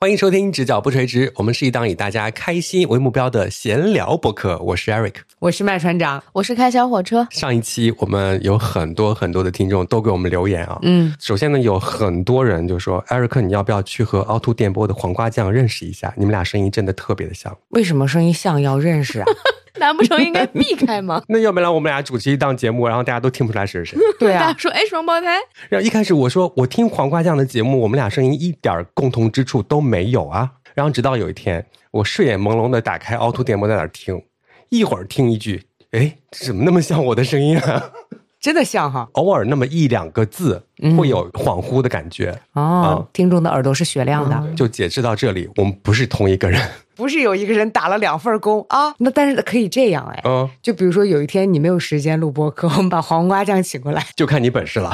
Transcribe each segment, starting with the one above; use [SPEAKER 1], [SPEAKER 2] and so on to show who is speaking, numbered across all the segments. [SPEAKER 1] 欢迎收听《直角不垂直》，我们是一档以大家开心为目标的闲聊博客。我是 Eric，
[SPEAKER 2] 我是麦船长，
[SPEAKER 3] 我是开小火车。
[SPEAKER 1] 上一期我们有很多很多的听众都给我们留言啊，
[SPEAKER 2] 嗯，
[SPEAKER 1] 首先呢，有很多人就说：“Eric，你要不要去和凹凸电波的黄瓜酱认识一下？你们俩声音真的特别的像。？”
[SPEAKER 2] 为什么声音像要认识啊？
[SPEAKER 3] 难不成应 该避开吗
[SPEAKER 1] 那要不然我们俩主持一档节目，然后大家都听不出来谁是谁。
[SPEAKER 2] 对
[SPEAKER 3] 大
[SPEAKER 2] 啊
[SPEAKER 3] 家，说，哎，双胞胎，
[SPEAKER 1] 然后一开始我说我听黄瓜酱的节目，我们俩声音一点儿共同之处都没有啊。然后直到有一天，我睡眼朦胧的打开凹凸电波在那儿听，一会儿听一句，哎，怎么那么像我的声音啊？
[SPEAKER 2] 真的像哈
[SPEAKER 1] 偶尔那么一两个字
[SPEAKER 2] 嗯
[SPEAKER 1] 会有恍惚的感觉。
[SPEAKER 2] 哦，听众的耳朵是雪亮的，
[SPEAKER 1] 就解释到这里，我们不是同一个人。
[SPEAKER 2] 不是有一个人打了两份工啊？那但是可以这样哎，
[SPEAKER 1] 嗯，
[SPEAKER 2] 就比如说有一天你没有时间录播客，我们把黄瓜酱请过来，
[SPEAKER 1] 就看你本事了。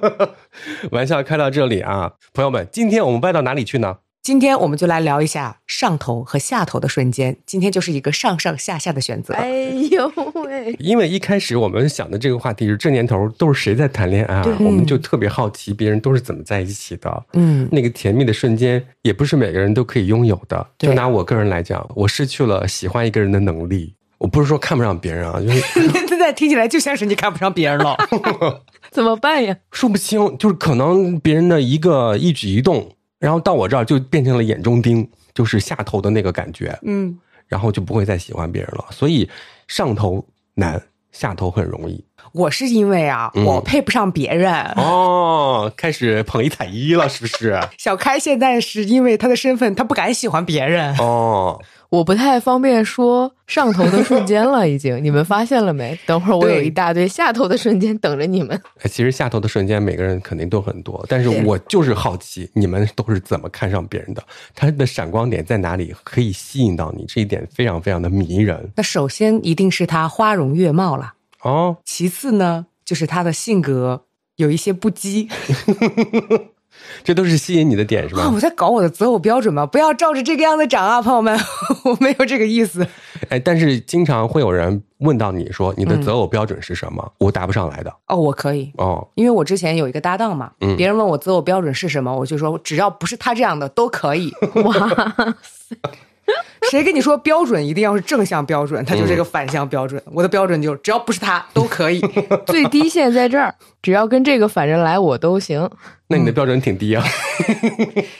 [SPEAKER 1] 玩笑开到这里啊，朋友们，今天我们歪到哪里去呢？
[SPEAKER 2] 今天我们就来聊一下上头和下头的瞬间。今天就是一个上上下下的选择。
[SPEAKER 3] 哎呦喂，
[SPEAKER 1] 因为一开始我们想的这个话题是这年头都是谁在谈恋爱啊？
[SPEAKER 3] 对
[SPEAKER 1] 我们就特别好奇别人都是怎么在一起的。
[SPEAKER 2] 嗯，
[SPEAKER 1] 那个甜蜜的瞬间，也不是每个人都可以拥有的。
[SPEAKER 2] 对
[SPEAKER 1] 就拿我个人来讲，我失去了喜欢一个人的能力。我不是说看不上别人啊，就是
[SPEAKER 2] 现在听起来就像是你看不上别人了。
[SPEAKER 3] 怎么办呀？
[SPEAKER 1] 说不清，就是可能别人的一个一举一动，然后到我这儿就变成了眼中钉，就是下头的那个感觉，
[SPEAKER 2] 嗯，
[SPEAKER 1] 然后就不会再喜欢别人了。所以上头难，下头很容易。
[SPEAKER 2] 我是因为啊，
[SPEAKER 1] 嗯
[SPEAKER 2] 我配不上别人。
[SPEAKER 1] 哦，开始捧一踩一了，是不是？
[SPEAKER 2] 小开现在是因为他的身份，他不敢喜欢别人。
[SPEAKER 1] 哦，
[SPEAKER 3] 我不太方便说上头的瞬间了，已经，你们发现了没？等会儿我有
[SPEAKER 2] 对
[SPEAKER 3] 一大堆下头的瞬间等着你们。
[SPEAKER 1] 哎其实下头的瞬间，每个人肯定都很多，但是
[SPEAKER 2] 对
[SPEAKER 1] 我就是好奇，你们都是怎么看上别人的？他的闪光点在哪里，可以吸引到你？这一点非常非常的迷人
[SPEAKER 2] 那首先一定是他花容月貌了，
[SPEAKER 1] 哦。
[SPEAKER 2] 其次呢，就是他的性格有一些不羁。
[SPEAKER 1] 这都是吸引你的点是吧
[SPEAKER 2] 啊，？我在搞我的择偶标准吗？不要照着这个样子长啊，朋友们， 我没有这个意思。
[SPEAKER 1] 哎，但是经常会有人问到你说你的择偶标准是什么？我答不上来的
[SPEAKER 2] 哦，我可以。
[SPEAKER 1] 哦。
[SPEAKER 2] 因为我之前有一个搭档嘛，
[SPEAKER 1] 嗯
[SPEAKER 2] 别人问我择偶标准是什么，我就说只要不是他这样的都可以。
[SPEAKER 3] 哇，
[SPEAKER 2] 谁跟你说标准一定要是正向标准，他
[SPEAKER 1] 嗯
[SPEAKER 2] 就是一个反向标准。我的标准就是只要不是他都可以。
[SPEAKER 3] 最低线在这儿，只要跟这个反着来我都行。
[SPEAKER 1] 那你的标准挺低 啊，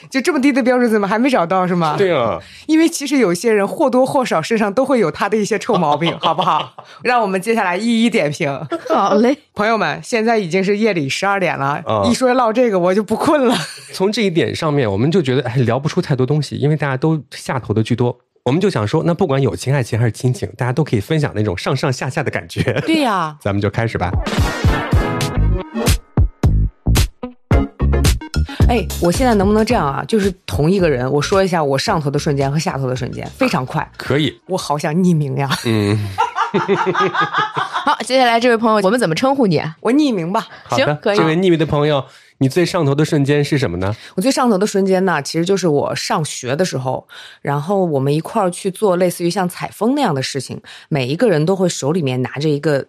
[SPEAKER 2] 就这么低的标准，怎么还没找到是吗？，
[SPEAKER 1] 对啊，
[SPEAKER 2] 因为其实有些人或多或少身上都会有他的一些臭毛 病，好不好？让我们接下来一一点评。
[SPEAKER 3] 好嘞，
[SPEAKER 2] 朋友们，现在已经是夜里十二点了，
[SPEAKER 1] 啊
[SPEAKER 2] 一说唠这个我就不困了。
[SPEAKER 1] 从这一点上面，我们就觉得哎聊不出太多东西，因为大家都下头的居多。我们就想说，那不管友情、爱情还是亲情，大家都可以分享那种上上下下的感觉。
[SPEAKER 2] 对呀、
[SPEAKER 1] 咱们就开始吧。
[SPEAKER 2] 哎，我现在能不能这样啊？就是同一个人，我说一下我上头的瞬间和下头的瞬间，非常快。
[SPEAKER 1] 可以，
[SPEAKER 2] 我好想匿名呀，
[SPEAKER 1] 嗯，
[SPEAKER 3] 好，接下来这位朋友，我们怎么称呼你啊？
[SPEAKER 2] 我匿名吧。
[SPEAKER 1] 好的
[SPEAKER 3] 行。可以
[SPEAKER 1] 这位匿名的朋友，你最上头的瞬间是什么呢？
[SPEAKER 2] 我最上头的瞬间呢，其实就是我上学的时候，然后我们一块儿去做类似于像采风那样的事情，每一个人都会手里面拿着一个。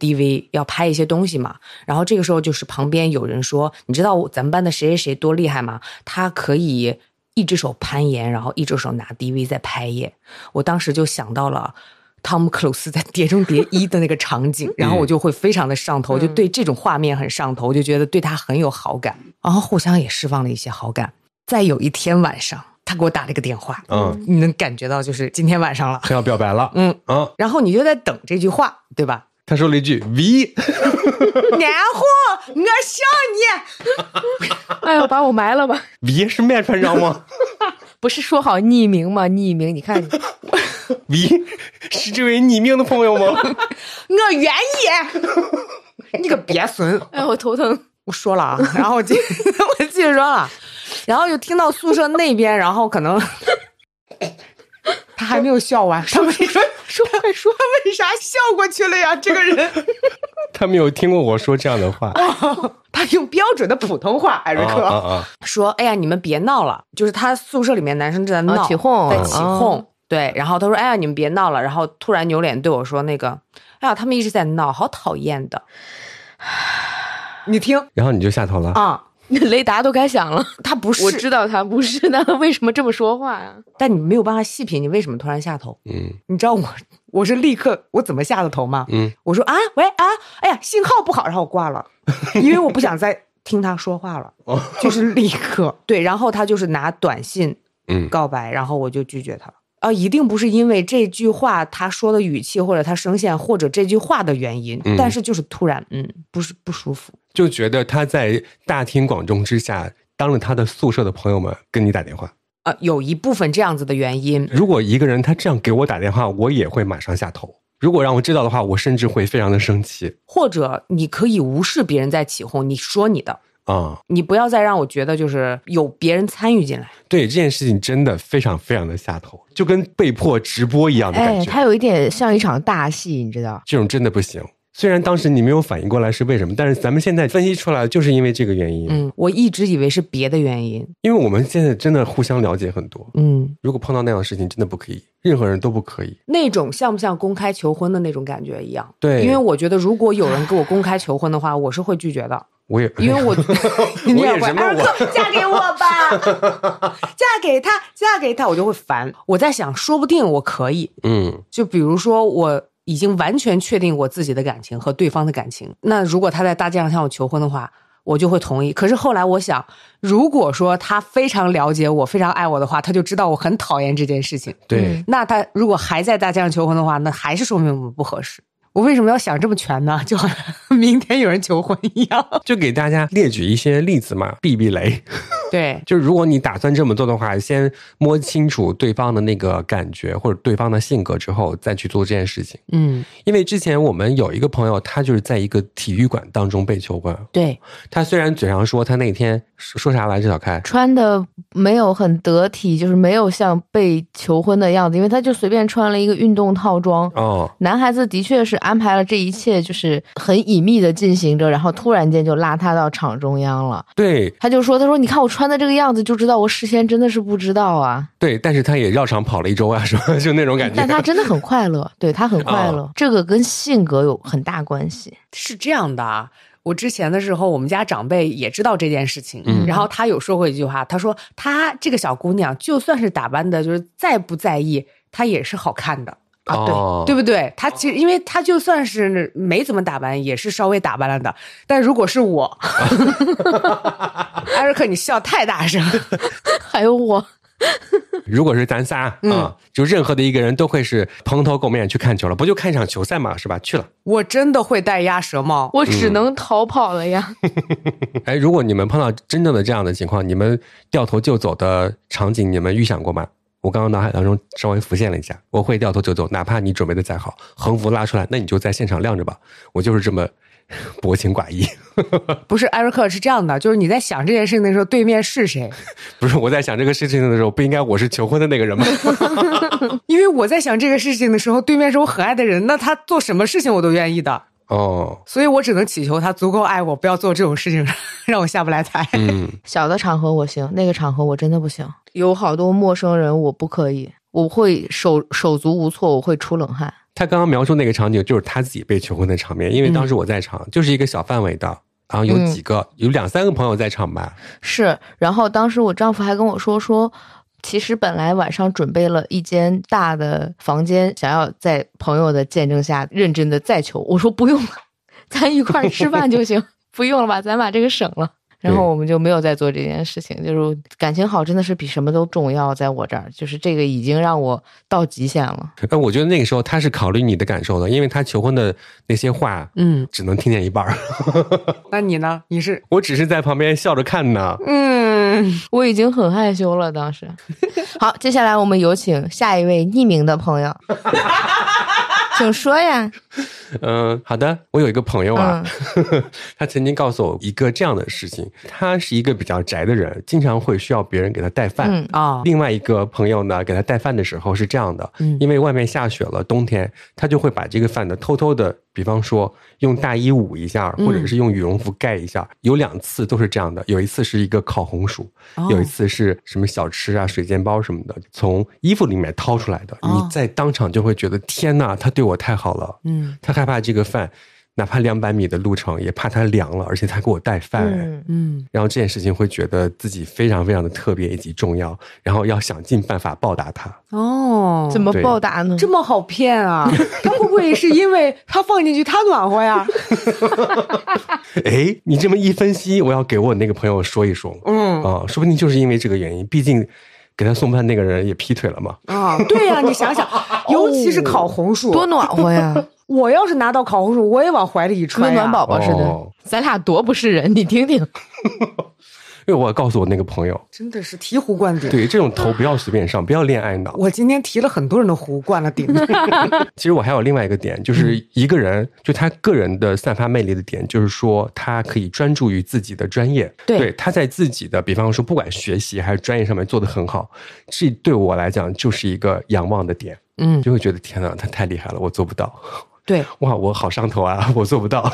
[SPEAKER 2] DV 要拍一些东西嘛，然后这个时候就是旁边有人说：“你知道我咱们班的谁谁谁多厉害吗？他可以一只手攀岩，然后一只手拿 DV 在拍耶。”我当时就想到了汤姆克鲁斯在《碟中谍一》的那个场景，然后我就会非常的上头，就对这种画面很上头，就觉得对他很有好感，然后互相也释放了一些好感。再有一天晚上，他给我打了一个电话，
[SPEAKER 1] 嗯，
[SPEAKER 2] 你能感觉到就是今天晚上了，
[SPEAKER 1] 他要表白了。
[SPEAKER 2] 嗯
[SPEAKER 1] 啊，
[SPEAKER 2] 然后你就在等这句话，对吧？
[SPEAKER 1] 他说了一句 “v”，
[SPEAKER 2] 然后我想
[SPEAKER 3] 哎呦，把我埋了吧！
[SPEAKER 1] v 是麦船长吗
[SPEAKER 3] 不是说好匿名吗？匿名，你看你，
[SPEAKER 1] ？v 是这位匿名的朋友吗？
[SPEAKER 2] 你，我愿意。 你可别损，
[SPEAKER 3] 哎呦，我头疼。
[SPEAKER 2] 我说了啊，然后我继 我继续说了，然后就听到宿舍那边，然后可能他还没有笑完，他为说说快说，他为啥笑过去了呀？这个人，
[SPEAKER 1] 他没有听过我说这样的话。
[SPEAKER 2] 他用标准的普通话，艾瑞克、
[SPEAKER 1] 啊啊啊！
[SPEAKER 2] 说：“哎呀，你们别闹了，就是他宿舍里面男生正在闹、
[SPEAKER 3] 啊起哄
[SPEAKER 2] 在起哄。
[SPEAKER 3] 啊
[SPEAKER 2] 对，然后他说：“哎呀，你们别闹了。”然后突然扭脸对我说：“那个，哎呀，他们一直在闹，好讨厌的。”你听
[SPEAKER 1] 然后你就下头了。
[SPEAKER 2] 啊，
[SPEAKER 3] 雷达都该响了。
[SPEAKER 2] 他不
[SPEAKER 3] 我
[SPEAKER 2] 是，
[SPEAKER 3] 知道他不是，那他为什么这么说话啊呀、
[SPEAKER 2] 但你没有办法细品，你为什么突然下头？
[SPEAKER 1] 嗯
[SPEAKER 2] 你知道我我是立刻我怎么下的头吗？
[SPEAKER 1] 嗯，
[SPEAKER 2] 我说啊喂啊，哎呀信号不好，然后我挂 了，因为我不想再听他说话了，
[SPEAKER 1] 哦
[SPEAKER 2] 就是立刻对，然后他就是拿短信
[SPEAKER 1] 嗯
[SPEAKER 2] 告白，然后我就拒绝他了。啊，一定不是因为这句话他说的语气或者他声线或者这句话的原因，
[SPEAKER 1] 嗯
[SPEAKER 2] 但是就是突然，嗯，不是不舒服。
[SPEAKER 1] 就觉得他在大庭广众之下，当着他的宿舍的朋友们跟你打电话。
[SPEAKER 2] 啊，有一部分这样子的原因，
[SPEAKER 1] 如果一个人他这样给我打电话，我也会马上下头。如果让我知道的话，我甚至会非常的生气
[SPEAKER 2] 或者你可以无视别人在起哄，你说你的，
[SPEAKER 1] 啊、
[SPEAKER 2] 你不要再让我觉得就是有别人参与进来。
[SPEAKER 1] 对这件事情真的非常非常的下头，就跟被迫直播一样的感
[SPEAKER 3] 哎，
[SPEAKER 1] 觉。
[SPEAKER 3] 他有一点像一场大戏，你知道？
[SPEAKER 1] 这种真的不行。虽然当时你没有反应过来是为什么，但是咱们现在分析出来就是因为这个原因。
[SPEAKER 2] 嗯，我一直以为是别的原因。
[SPEAKER 1] 因为我们现在真的互相了解很多，
[SPEAKER 2] 嗯，
[SPEAKER 1] 如果碰到那样的事情，真的不可以，任何人都不可以。
[SPEAKER 2] 那种像不像公开求婚的那种感觉一样？
[SPEAKER 1] 对，
[SPEAKER 2] 因为我觉得如果有人给我公开求婚的话，我是会拒绝的，
[SPEAKER 1] 我也
[SPEAKER 2] 因为 我你
[SPEAKER 1] 我也
[SPEAKER 2] 也会
[SPEAKER 1] 什么
[SPEAKER 2] 哎
[SPEAKER 1] 我
[SPEAKER 2] 快嫁给我吧， 嫁给他，嫁给他，我就会烦。我在想，说不定我可以，
[SPEAKER 1] 嗯
[SPEAKER 2] 就比如说我已经完全确定我自己的感情和对方的感情，那如果他在大街上向我求婚的话，我就会同意。可是后来我想，如果说他非常了解我、非常爱我的话，他就知道我很讨厌这件事情。
[SPEAKER 1] 对
[SPEAKER 3] 嗯，
[SPEAKER 2] 那他如果还在大街上求婚的话，那还是说明我们不合适。我为什么要想这么全呢？就好像明天有人求婚一样。
[SPEAKER 1] 就给大家列举一些例子嘛， 避避雷。
[SPEAKER 2] 对，
[SPEAKER 1] 就是如果你打算这么做的话，先摸清楚对方的那个感觉或者对方的性格之后，再去做这件事情。
[SPEAKER 2] 嗯，
[SPEAKER 1] 因为之前我们有一个朋友，他就是在一个体育馆当中被求婚。
[SPEAKER 2] 对，
[SPEAKER 1] 他虽然嘴上说他那天说说啥来着，小开，
[SPEAKER 3] 穿的没有很得体，就是没有像被求婚的样子，因为他就随便穿了一个运动套装。
[SPEAKER 1] 哦，
[SPEAKER 3] 男孩子的确是安排了这一切，就是很隐秘的进行着，然后突然间就拉他到场中央了。
[SPEAKER 1] 对
[SPEAKER 3] 他就说：“他说你看我穿的这个样子，就知道我事先真的是不知道啊。
[SPEAKER 1] 对，但是他也绕场跑了一周啊，什么就那种感觉
[SPEAKER 3] 但。他真的很快乐，对他很
[SPEAKER 1] 哦
[SPEAKER 3] 快乐，这个跟性格有很大关系。
[SPEAKER 2] 是这样的啊。我之前的时候，我们家长辈也知道这件事情，
[SPEAKER 1] 嗯
[SPEAKER 2] 然后他有说过一句话，他说她这个小姑娘就算是打扮的，就是再不在意，她也是好看的。
[SPEAKER 3] 啊对
[SPEAKER 1] 哦、
[SPEAKER 2] 对不对？她其实，因为她就算是没怎么打扮，也是稍微打扮了的。但如果 是我，艾瑞克，你笑太大声了。
[SPEAKER 3] 还有我，
[SPEAKER 1] 如果是咱仨啊、
[SPEAKER 2] 嗯
[SPEAKER 1] 就任何的一个人都会是蓬头垢面去看球了，不就看一场球赛嘛，是吧？去了。
[SPEAKER 2] 我真的会戴鸭舌帽。
[SPEAKER 3] 我
[SPEAKER 1] 嗯
[SPEAKER 3] 只能逃跑了呀。
[SPEAKER 1] 哎，如果你们碰到真正的这样的情况，你们掉头就走的场景，你们预想过吗？我刚刚脑海当中稍微浮现了一下，我会掉头就走，哪怕你准备的再好，横幅拉出来，那你就在现场晾着吧。 我就是这么薄情寡义。
[SPEAKER 2] 不是艾瑞克是这样的，就是你在想这件事情的时候，对面是谁？
[SPEAKER 1] 不是我在想这个事情的时候，不应该我是求婚的那个人吗？
[SPEAKER 2] 因为我在想这个事情的时候，对面是我很爱的人，那他做什么事情我都愿意的，
[SPEAKER 1] 哦，
[SPEAKER 2] 所以我只能祈求他足够爱我，不要做这种事情，让我下不来台。
[SPEAKER 1] 嗯，
[SPEAKER 3] 小的场合我行，那个场合我真的不行。有好多陌生人我不可以，我会手手足无措，我会出冷汗。
[SPEAKER 1] 他刚刚描述那个场景，就是他自己被求婚的场面，因为当时我在场，就是一个小范围的，然后有几个，有两三个朋友在场吧。
[SPEAKER 3] 是，然后当时我丈夫还跟我说说。其实本来晚上准备了一间大的房间，想要在朋友的见证下认真的再求。我说不用了，咱一块儿吃饭就行，不用了吧，咱把这个省了。然后
[SPEAKER 1] 对
[SPEAKER 3] 我们就没有再做这件事情。就是感情好真的是比什么都重要，在我这儿，就是这个已经让我到极限了。
[SPEAKER 1] 但我觉得那个时候他是考虑你的感受的，因为他求婚的那些话
[SPEAKER 2] 嗯，
[SPEAKER 1] 只能听见一半儿，
[SPEAKER 2] 那你呢？你是
[SPEAKER 1] 我只是在旁边笑着看呢。
[SPEAKER 2] 嗯，
[SPEAKER 3] 我已经很害羞了，当时。 好，接下来我们有请下一位匿名的 朋友，请说呀。
[SPEAKER 1] 嗯、好的，我有一个朋友啊
[SPEAKER 3] 嗯，
[SPEAKER 1] 他曾经告诉我一个这样的事情，他是一个比较宅的人，经常会需要别人给他带饭。
[SPEAKER 3] 嗯
[SPEAKER 2] 啊、
[SPEAKER 1] 另外一个朋友呢，给他带饭的时候是这样的，
[SPEAKER 2] 嗯
[SPEAKER 1] 因为外面下雪了，冬天他就会把这个饭呢偷偷的，比方说用大衣捂一下，
[SPEAKER 2] 嗯
[SPEAKER 1] 或者是用羽绒服盖一下。有两次都是这样的，有一次是一个烤红薯，
[SPEAKER 2] 哦
[SPEAKER 1] 有一次是什么小吃啊、水煎包什么的，从衣服里面掏出来的。
[SPEAKER 2] 哦
[SPEAKER 1] 你在当场就会觉得天呐，他对我太好了，
[SPEAKER 2] 嗯，
[SPEAKER 1] 他害怕这个饭。哪怕两百米的路程，也怕它凉了，而且它给我带饭。哎
[SPEAKER 3] 嗯，
[SPEAKER 2] 嗯，
[SPEAKER 1] 然后这件事情会觉得自己非常非常的特别以及重要，然后要想尽办法报答它。
[SPEAKER 2] 哦，
[SPEAKER 3] 怎么
[SPEAKER 1] 对
[SPEAKER 3] 报答呢？
[SPEAKER 2] 这么好骗啊？他会不会是因为他放进去他暖和呀？
[SPEAKER 1] 哎，你这么一分析，我要给我那个朋友说一说
[SPEAKER 2] 嗯
[SPEAKER 1] 啊，说不定就是因为这个原因，毕竟给他送饭那个人也劈腿了嘛。
[SPEAKER 2] 啊，对呀、你想想，尤其是烤红薯，
[SPEAKER 3] 多暖 和呀，
[SPEAKER 2] 我要是拿到烤红薯，我也往怀里揣、
[SPEAKER 3] 跟
[SPEAKER 2] 呀。
[SPEAKER 3] 暖宝宝似的
[SPEAKER 1] 哦。
[SPEAKER 3] 咱俩多不是人，你听 听，
[SPEAKER 1] 因为我告诉我那个朋友，
[SPEAKER 2] 真的是醍醐灌顶。
[SPEAKER 1] 对这种头不要随便上，不要恋爱脑。
[SPEAKER 2] 我今天提了很多人的壶，灌了顶。
[SPEAKER 1] 其实我还有另外一个点，
[SPEAKER 2] 嗯
[SPEAKER 1] 就是一个人就他个人的散发魅力的点，就是说他可以专注于自己的专业，
[SPEAKER 2] 对
[SPEAKER 1] 他在自己的，比方说不管学习还是专业上面做得很好，这对我来讲就是一个仰望的点，
[SPEAKER 2] 嗯，
[SPEAKER 1] 就会觉得天哪，他太厉害了，我做不到，
[SPEAKER 2] 对，
[SPEAKER 1] 哇，我好上头啊， 我做不到，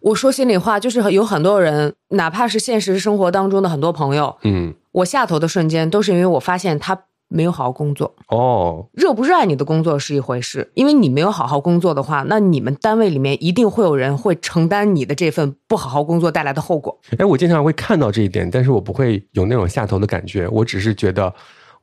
[SPEAKER 2] 我说心里话，就是有很多人，哪怕是现实生活当中的很多朋友，
[SPEAKER 1] 嗯，
[SPEAKER 2] 我下头的瞬间，都是因为我发现他没有好好工作。
[SPEAKER 1] 哦，
[SPEAKER 2] 热不热爱你的工作是一回事，因为你没有好好工作的话，那你们单位里面一定会有人会承担你的这份不好好工作带来的后果。
[SPEAKER 1] 哎，我经常会看到这一点，但是我不会有那种下头的感觉，我只是觉得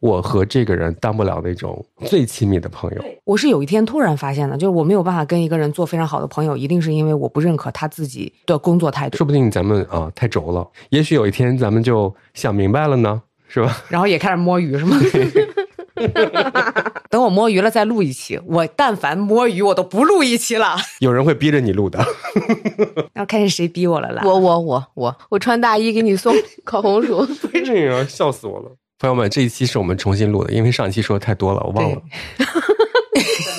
[SPEAKER 1] 我和这个人当不了那种最亲密的朋友，
[SPEAKER 2] 我是有一天突然发现的，就是我没有办法跟一个人做非常好的朋友，一定是因为我不认可他自己的工作态度，
[SPEAKER 1] 说不定咱们啊、太轴了，也许有一天咱们就想明白了呢，是吧？
[SPEAKER 2] 然后也开始摸鱼，是吗？ 等我摸鱼了再录一期，我但凡摸鱼我都不录一期了，
[SPEAKER 1] 有人会逼着你录的，
[SPEAKER 2] 要看是谁逼我了啦。
[SPEAKER 3] 我我我我我穿大衣给 你送烤红薯，不是
[SPEAKER 1] 这样笑死我了。朋友们，这一期是我们重新录的，因为上一期说的太多了，我忘了。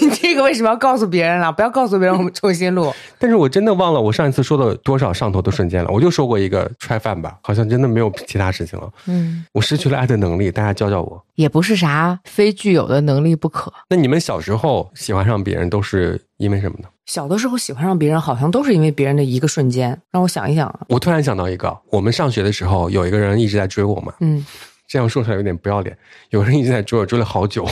[SPEAKER 2] 你 这个为什么要告诉别人了？不要告诉别人我们重新录。
[SPEAKER 1] 但是我真的忘了我上一次说的多少上头的瞬间了。我就说过一个揣饭吧，好像真的没有其他事情了。
[SPEAKER 3] 嗯，
[SPEAKER 1] 我失去了爱的能力，大家教教我。
[SPEAKER 3] 也不是啥非具有的能力不可。
[SPEAKER 1] 那你们小时候喜欢上别人都是因为什么呢？
[SPEAKER 2] 小的时候喜欢上别人，好像都是因为别人的一个瞬间。让我想一想啊，
[SPEAKER 1] 我突然想到一个，我们上学的时候有一个人一直在追我嘛，
[SPEAKER 2] 嗯，
[SPEAKER 1] 这样说出来有点不要脸。有人一直在追我，追了好久。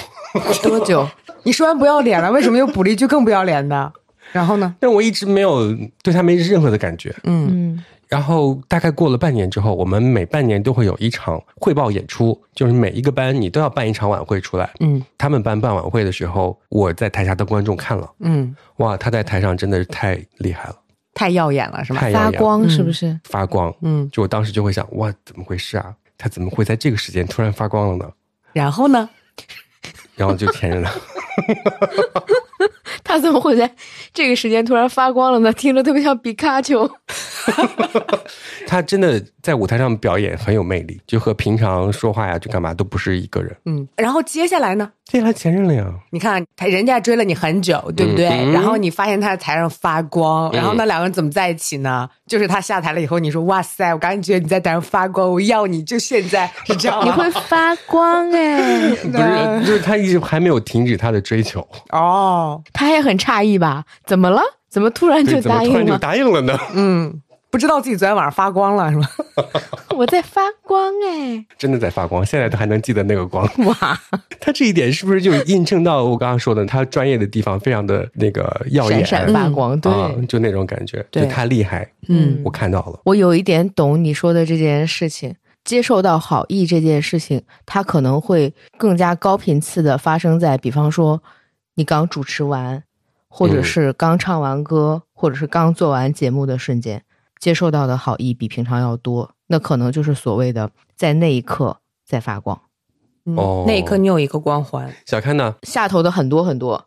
[SPEAKER 3] 多久？
[SPEAKER 2] 你说完不要脸了，为什么又补了一句更不要脸的？然后呢？
[SPEAKER 1] 但我一直没有对他没任何的感觉。
[SPEAKER 2] 嗯
[SPEAKER 3] 嗯，
[SPEAKER 1] 然后大概过了半年之后，我们每半年都会有一场汇报演出，就是每一个班你都要办一场晚会出来。
[SPEAKER 2] 嗯
[SPEAKER 1] 他们班办晚会的时候，我在台下当观众看了，
[SPEAKER 2] 嗯，
[SPEAKER 1] 哇，他在台上真的是太厉害了，
[SPEAKER 2] 太耀眼了是吧？
[SPEAKER 1] 太耀
[SPEAKER 3] 发
[SPEAKER 1] 眼了
[SPEAKER 3] 光是不是？
[SPEAKER 1] 发光。
[SPEAKER 2] 嗯，
[SPEAKER 1] 就我当时就会想，哇，怎么回事啊？他怎么会在这个时间突然发光了呢？
[SPEAKER 2] 然后呢？
[SPEAKER 1] 然后就前任了。
[SPEAKER 3] 他怎么会在这个时间突然发光了呢？听着特别像皮卡 丘。
[SPEAKER 1] 他真的在舞台上表演很有魅力，就和平常说话呀，就干嘛都不是一个人。
[SPEAKER 2] 嗯，然后接下来呢？
[SPEAKER 1] 这他前任了呀，
[SPEAKER 2] 你看他人家追了你很久，对不对？
[SPEAKER 1] 嗯
[SPEAKER 2] 然后你发现他在台上发光，然后那两个人怎么在一起呢？就是他下台了以后，你说哇塞，我刚刚觉得你在台上发光，我要你就现在，是这样吗？
[SPEAKER 3] 你会发光 哎、
[SPEAKER 1] 不是，就是他一直还没有停止他的追求，
[SPEAKER 2] 哦，
[SPEAKER 3] 他也很诧异吧？怎么了？怎么突然 就
[SPEAKER 1] 对，怎么
[SPEAKER 3] 答
[SPEAKER 1] 突然
[SPEAKER 3] 应
[SPEAKER 1] 就
[SPEAKER 3] 了？
[SPEAKER 1] 答应了呢？
[SPEAKER 2] 嗯，不知道自己昨天晚上发光了是吧？
[SPEAKER 3] 我在发光哎、
[SPEAKER 1] 真的在发光，现在他还能记得那个光， 哇！他这一点是不是就是印证到我刚刚说的，他专业的地方非常的那个耀眼，
[SPEAKER 3] 闪闪发光。对，
[SPEAKER 1] 啊，就那种感觉，
[SPEAKER 2] 对
[SPEAKER 1] 就他厉害，
[SPEAKER 2] 嗯
[SPEAKER 1] 我看到了，
[SPEAKER 3] 我有一点懂你说的这件事情，接受到好意这件事情，它可能会更加高频次的发生在，比方说你刚主持完，或者
[SPEAKER 1] 嗯
[SPEAKER 3] 是刚唱完歌，或者是刚做完节目的瞬间，接受到的好意比平常要多，那可能就是所谓的在那一刻在发光，
[SPEAKER 2] 嗯
[SPEAKER 1] 哦
[SPEAKER 2] 那一刻你有一个光环，
[SPEAKER 1] 小看呢，
[SPEAKER 3] 下头的很多很多。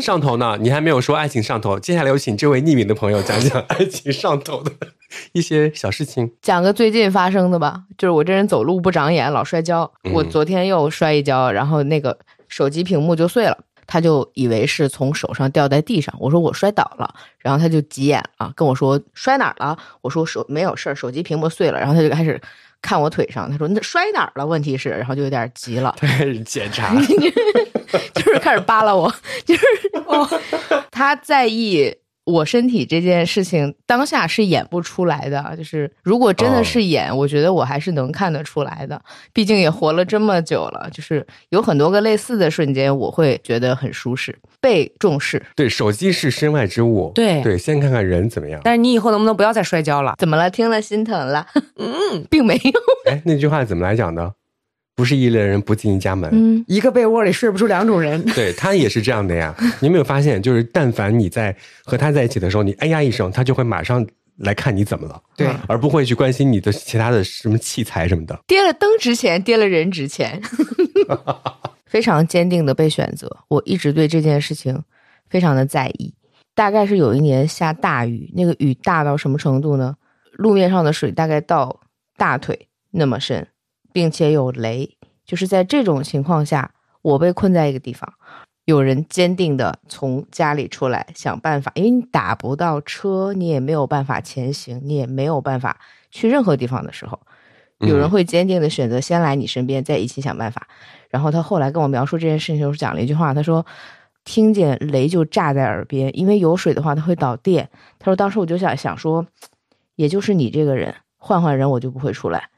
[SPEAKER 1] 上头呢，你还没有说爱情上头，接下来有请这位匿名的朋友讲讲爱情上头的一些小事 情。
[SPEAKER 3] 讲个最近发生的吧，就是我这人走路不长眼，老摔跤。
[SPEAKER 1] 嗯
[SPEAKER 3] 我昨天又摔一跤，然后那个手机屏幕就碎了，他就以为是从手上掉在地上。我说我摔倒了，然后他就急眼了，跟我说摔哪儿了？我说手没有事儿，手机屏幕碎了。然后他就开始看我腿上，他说那摔哪儿了？问题是，然后就有点急了。
[SPEAKER 1] 他开始检查，
[SPEAKER 3] 就是开始扒拉我，就是他在意我身体这件事情当下是演不出来的，就是如果真的是演，我觉得我还是能看得出来的。毕竟也活了这么久了，就是有很多个类似的瞬间，我会觉得很舒适、被重视。
[SPEAKER 1] 对，手机是身外之物，
[SPEAKER 2] 对
[SPEAKER 1] 对，先看看人怎么样。
[SPEAKER 2] 但是你以后能不能不要再摔跤了？
[SPEAKER 3] 怎么了？听了心疼了？ 嗯，并没有。
[SPEAKER 1] 哎，那句话怎么来讲呢？不是一类人不进一家门。
[SPEAKER 3] 嗯，
[SPEAKER 2] 一个被窝里睡不出两种人。
[SPEAKER 1] 对他也是这样的呀。你有没有发现，就是但凡你在和他在一起的时候，你哎呀一声，他就会马上来看你怎么了，
[SPEAKER 2] 对，
[SPEAKER 1] 而不会去关心你的其他的什么器材什么的。
[SPEAKER 3] 跌了灯值钱，跌了人值钱。非常坚定的被选择，我一直对这件事情非常的在意。大概是有一年下大雨，那个雨大到什么程度呢？路面上的水大概到大腿那么深，并且有雷。就是在这种情况下，我被困在一个地方，有人坚定的从家里出来想办法，因为你打不到车，你也没有办法前行，你也没有办法去任何地方的时候，有人
[SPEAKER 1] 嗯
[SPEAKER 3] 会坚定的选择先来你身边，再一起想办法。然后他后来跟我描述这件事情的时候讲了一句话，他说：“听见雷就炸在耳边，因为有水的话它会导电。”他说：“当时我就想想说，也就是你这个人，换换人我就不会出来。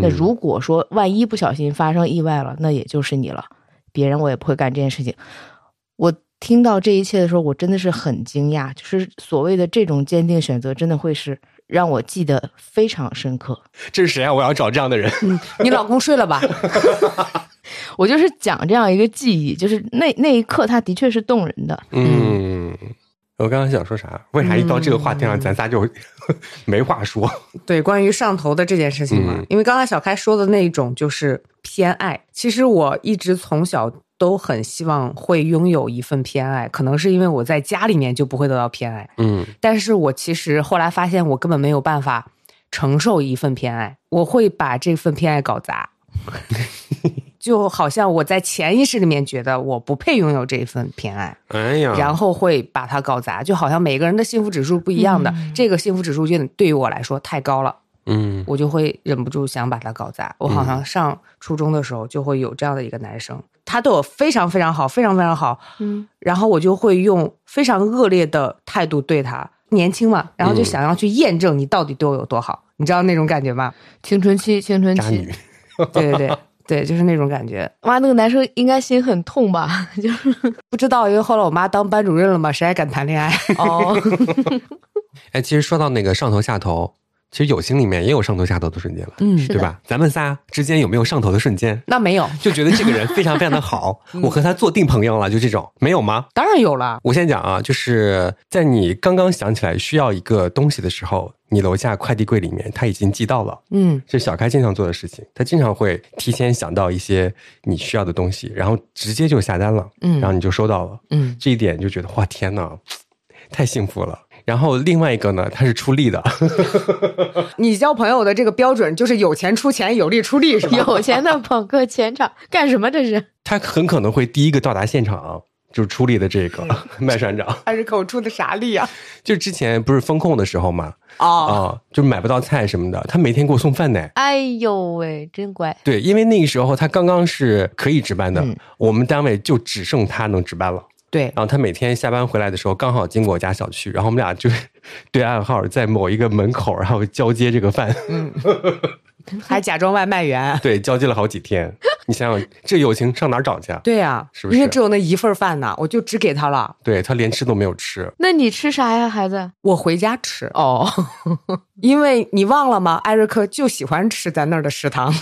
[SPEAKER 3] 那
[SPEAKER 1] 嗯
[SPEAKER 3] 如果说万一不小心发生意外了，那也就是你了，别人我也不会干这件事情。”我听到这一切的时候，我真的是很惊讶，就是所谓的这种坚定选择，真的会是让我记得非常深刻。
[SPEAKER 1] 这是谁啊？我要找这样的人。
[SPEAKER 2] 你老公睡了吧？
[SPEAKER 3] 我就是讲这样一个记忆，就是那那一刻，它的确是动人的。
[SPEAKER 1] 嗯，我刚刚想说啥？为啥一到这个话题上，
[SPEAKER 2] 嗯
[SPEAKER 1] 咱仨就 没话说？
[SPEAKER 2] 对，关于上头的这件事情嘛，
[SPEAKER 1] 嗯
[SPEAKER 2] 因为刚才小开说的那一种就是偏爱，其实我一直从小都很希望会拥有一份偏爱，可能是因为我在家里面就不会得到偏爱，
[SPEAKER 1] 嗯
[SPEAKER 2] 但是我其实后来发现我根本没有办法承受一份偏爱，我会把这份偏爱搞砸。就好像我在潜意识里面觉得我不配拥有这一份偏爱，
[SPEAKER 1] 哎呀
[SPEAKER 2] 然后会把它搞砸，就好像每个人的幸福指数不一样的，这个幸福指数就对于我来说太高了，
[SPEAKER 1] 嗯，
[SPEAKER 2] 我就会忍不住想把它搞砸。我好像上初中的时候就会有这样的一个男生，他对我非常非常好，非常非常好，
[SPEAKER 3] 嗯，
[SPEAKER 2] 然后我就会用非常恶劣的态度对他。年轻嘛，然后就想要去验证你到底对我有多好，你知道那种感觉吗？
[SPEAKER 3] 青春期，青春
[SPEAKER 1] 渣
[SPEAKER 3] 期
[SPEAKER 1] 女，，
[SPEAKER 2] 对对对 对，就是那种感觉。
[SPEAKER 3] 哇，那个男生应该心很痛吧？ 就是
[SPEAKER 2] 不知道，因为后来我妈当班主任了嘛，谁还敢谈恋爱？
[SPEAKER 3] 哦，
[SPEAKER 1] 哎，其实说到那个上头下头，其实友情里面也有上头下头的瞬间吧，
[SPEAKER 2] 嗯
[SPEAKER 3] 是
[SPEAKER 1] 对吧？咱们仨之间有没有上头的瞬间？
[SPEAKER 2] 那没有，
[SPEAKER 1] 就觉得这个人非常非常的 好，
[SPEAKER 2] 嗯
[SPEAKER 1] 我和他做定朋友了，就这种没有吗？
[SPEAKER 2] 当然有了。
[SPEAKER 1] 我先讲啊，就是在你刚刚想起来需要一个东西的时候，你楼下快递柜里面他已经寄到了。
[SPEAKER 2] 嗯，
[SPEAKER 1] 这是小开经常做的事情，他经常会提前想到一些你需要的东西，然后直接就下单了，
[SPEAKER 2] 嗯
[SPEAKER 1] 然后你就收到了，
[SPEAKER 2] 嗯，
[SPEAKER 1] 这一点就觉得哇天呐，太幸福了。然后另外一个呢，他是出力的，
[SPEAKER 2] 你交朋友的这个标准就是有钱出钱， 有力出力，是吧？
[SPEAKER 3] 有钱的捧个钱场，干什么这是？
[SPEAKER 1] 他很可能会第一个到达现场，就是出力的这个 麦船长。
[SPEAKER 2] 还是口出的啥力啊？
[SPEAKER 1] 就之前不是风控的时候嘛，啊、
[SPEAKER 2] 哦，
[SPEAKER 1] 就买不到菜什么的，他每天给我送饭呢。
[SPEAKER 3] 哎呦喂，真乖！
[SPEAKER 1] 对，因为那个时候他刚刚是可以值班的，
[SPEAKER 3] 嗯
[SPEAKER 1] 我们单位就只剩他能值班了。
[SPEAKER 2] 对，
[SPEAKER 1] 然后他每天下班回来的时候，刚好经过我家小区，然后我们俩就 对暗号，在某一个门口，然后交接这个饭，
[SPEAKER 2] 还假装外卖员。
[SPEAKER 1] 对，交接了好几天。你想想，这友情上哪儿找去啊？
[SPEAKER 2] 对呀、啊，
[SPEAKER 1] 是不是
[SPEAKER 2] 因为只有那一份饭呢，我就只给他了。
[SPEAKER 1] 对他连吃都没有吃，
[SPEAKER 3] 那你吃啥呀，孩子？
[SPEAKER 2] 我回家吃，
[SPEAKER 3] 哦，
[SPEAKER 2] 因为你忘了吗？艾瑞克就喜欢吃咱那儿的食堂。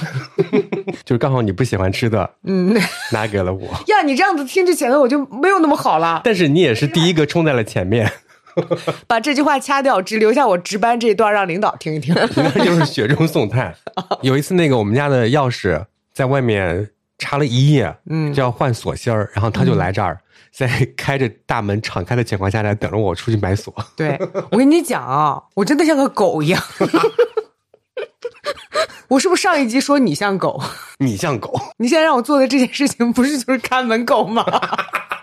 [SPEAKER 1] 就是刚好你不喜欢吃的
[SPEAKER 2] 嗯，
[SPEAKER 1] 拿给了我，
[SPEAKER 2] 呀，你这样子听着显得我就没有那么好 了。
[SPEAKER 1] 但是你也是第一个冲在了前 面，
[SPEAKER 2] 把这句话掐掉，只留下我值班这一段，让领导听一听。
[SPEAKER 1] 那就是雪中送炭。有一次，那个我们家的钥匙在外面插了一夜，
[SPEAKER 2] 嗯
[SPEAKER 1] 就要换锁芯儿，然后他就来这儿，在开着大门敞开的情况下来等着我出去买 锁。
[SPEAKER 2] 对，我跟你讲啊，我真的像个狗 一样。我是不是上一集说你像狗？
[SPEAKER 1] 你像狗。
[SPEAKER 2] 你现在让我做的这件事情，不是就是看门狗吗？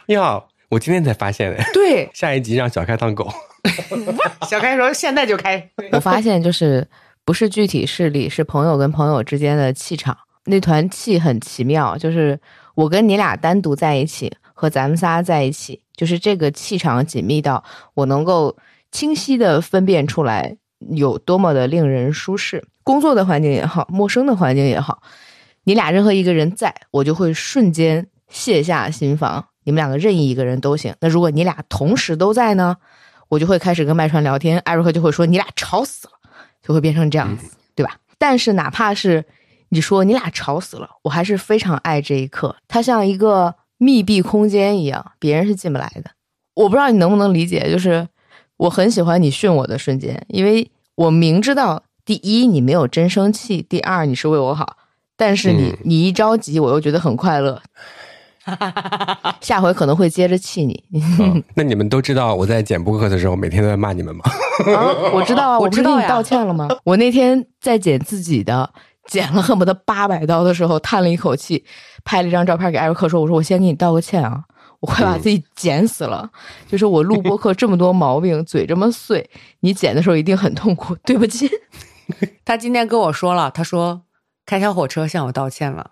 [SPEAKER 1] 呀，我今天才发现哎，
[SPEAKER 2] 对，
[SPEAKER 1] 下一集让小开当 狗。
[SPEAKER 2] 小开说现在就开。
[SPEAKER 3] 我发现就是不是具体事例，是朋友跟朋友之间的气场。那团气很奇妙，就是我跟你俩单独在一起，和咱们仨在一起，就是这个气场紧密到我能够清晰的分辨出来有多么的令人舒适。工作的环境也好，陌生的环境也好，你俩任何一个人在，我就会瞬间卸下心防。你们两个任意一个人都行。那如果你俩同时都在呢，我就会开始跟麦川聊天，艾瑞克就会说你俩吵死了，就会变成这样子，对吧？但是哪怕是你说你俩吵死了，我还是非常爱这一刻。它像一个密闭空间一样，别人是进不来的。我不知道你能不能理解，就是我很喜欢你训我的瞬间，因为我明知道第一你没有真生气，第二你是为我好，但是你
[SPEAKER 1] 嗯
[SPEAKER 3] 你一着急，我又觉得很快乐。下回可能会接着气你，
[SPEAKER 1] 嗯那你们都知道我在剪播客的时候每天都在骂你们吗？
[SPEAKER 3] 啊，我知道啊，
[SPEAKER 2] 我
[SPEAKER 3] 我不是
[SPEAKER 2] 知道
[SPEAKER 3] 跟你
[SPEAKER 2] 呀
[SPEAKER 3] 道歉了吗？ 我那天在剪自己的，剪了恨不得八百刀的时候，叹了一口气，拍了一张照片给艾瑞克说：“我说我先给你道个歉啊，我快把自己剪死了。就是我录播客这么多毛 病，嘴这么碎，你剪的时候一定很痛苦，对不 起。
[SPEAKER 2] 他今天跟我说了，他说开小火车向我道歉了，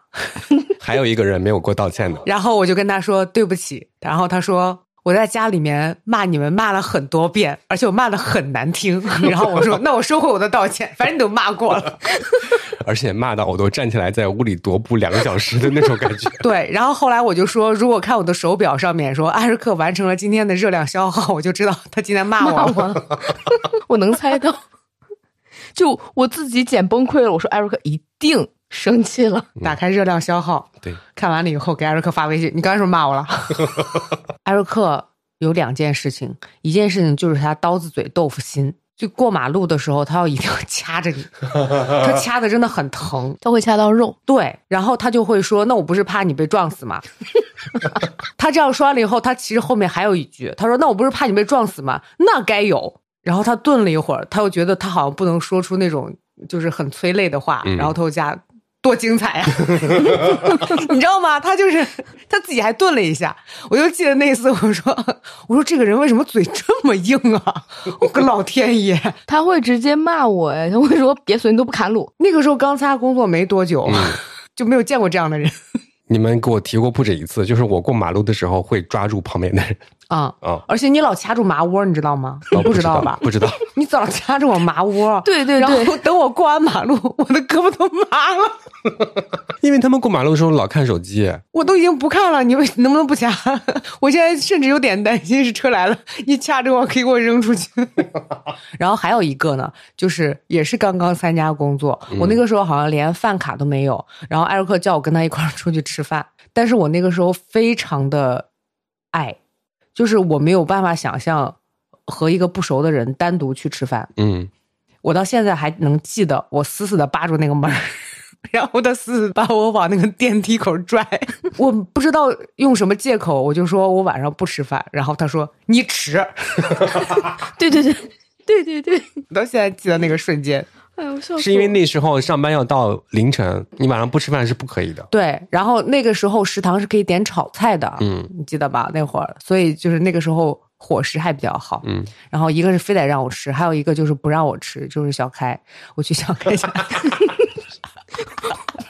[SPEAKER 1] 还有一个人没有给我道歉的，
[SPEAKER 2] 然后我就跟他说对不起，然后他说。我在家里面骂你们骂了很多遍，而且我骂的很难听。然后我说：“那我收回我的道歉，反正你都骂过了。”
[SPEAKER 1] 而且骂到我都站起来在屋里踱步两个小时的那种感觉。
[SPEAKER 2] 对，然后后来我就说，如果看我的手表上面说艾瑞克完成了今天的热量消耗，我就知道他今天骂我
[SPEAKER 3] 骂
[SPEAKER 2] 了。
[SPEAKER 3] 我， 我能猜到。就我自己剪崩溃了，我说艾瑞克一定生气了。
[SPEAKER 2] 打开热量消耗，
[SPEAKER 1] 对，
[SPEAKER 2] 看完了以后给艾瑞克发微信，你刚才是不是骂我了？艾瑞克有两件事情，一件事情就是他刀子嘴豆腐心，就过马路的时候他要一定要掐着你， 他掐的真的很疼。
[SPEAKER 3] 他会掐到肉，
[SPEAKER 2] 对，然后他就会说：“那我不是怕你被撞死吗？” 他这样说完了以后，他其实后面还有一句，他说：“那我不是怕你被撞死吗？”那该有。然后他顿了一会儿，他又觉得他好像不能说出那种就是很催泪的话，
[SPEAKER 1] 嗯
[SPEAKER 2] 然后他又加多精彩呀、 你知道吗？他就是他自己还顿了一下。我就记得那次我说我说这个人为什么嘴这么硬啊？我个老天爷！
[SPEAKER 3] 他会直接骂我哎，他会说别损你都不砍卤。
[SPEAKER 2] 那个时候刚参加工作没多久，就没有见过这样的人
[SPEAKER 1] 你们给我提过不止一次，就是我过马路的时候会抓住旁边的人
[SPEAKER 2] 啊。
[SPEAKER 1] 啊。
[SPEAKER 2] 而且你老掐住麻窝，你知道吗？你
[SPEAKER 1] 哦
[SPEAKER 2] 不
[SPEAKER 1] 知
[SPEAKER 2] 道吧？
[SPEAKER 1] 不知道。
[SPEAKER 2] 你早掐住我麻窝，
[SPEAKER 3] 对对对，
[SPEAKER 2] 然后等我过完马路，我的胳膊都麻了，
[SPEAKER 1] 因为他们过马路的时候老看手机，
[SPEAKER 2] 我都已经不看了。你为能不能不掐？ 我现在甚至有点担心，是车来了， 你掐着我给我扔出去。然后还有一个呢，就是也是刚刚参加工作，我那个时候好像连饭卡都没有，然后艾瑞克叫我跟他一块儿出去吃饭，但是我那个时候非常的爱，就是我没有办法想象和一个不熟的人单独去吃饭。
[SPEAKER 1] 嗯，
[SPEAKER 2] 我到现在还能记得，我死死的扒住那个门儿， 然后他死死地把我往那个电梯口拽。我不知道用什么借口，我就说我晚上不吃饭，然后他说你吃。
[SPEAKER 3] 对对对对对对，
[SPEAKER 2] 我到现在记得那个瞬间。
[SPEAKER 3] 哎呦，笑死我
[SPEAKER 1] 是因为那时候上班要到凌晨，你晚上不吃饭是不可以的。
[SPEAKER 2] 对，然后那个时候食堂是可以点炒菜的，
[SPEAKER 1] 嗯
[SPEAKER 2] 你记得吧？那会儿，所以就是那个时候伙食还比较好。
[SPEAKER 1] 嗯，
[SPEAKER 2] 然后一个是非得让我吃，还有一个就是不让我吃，就是小开，我去小开家。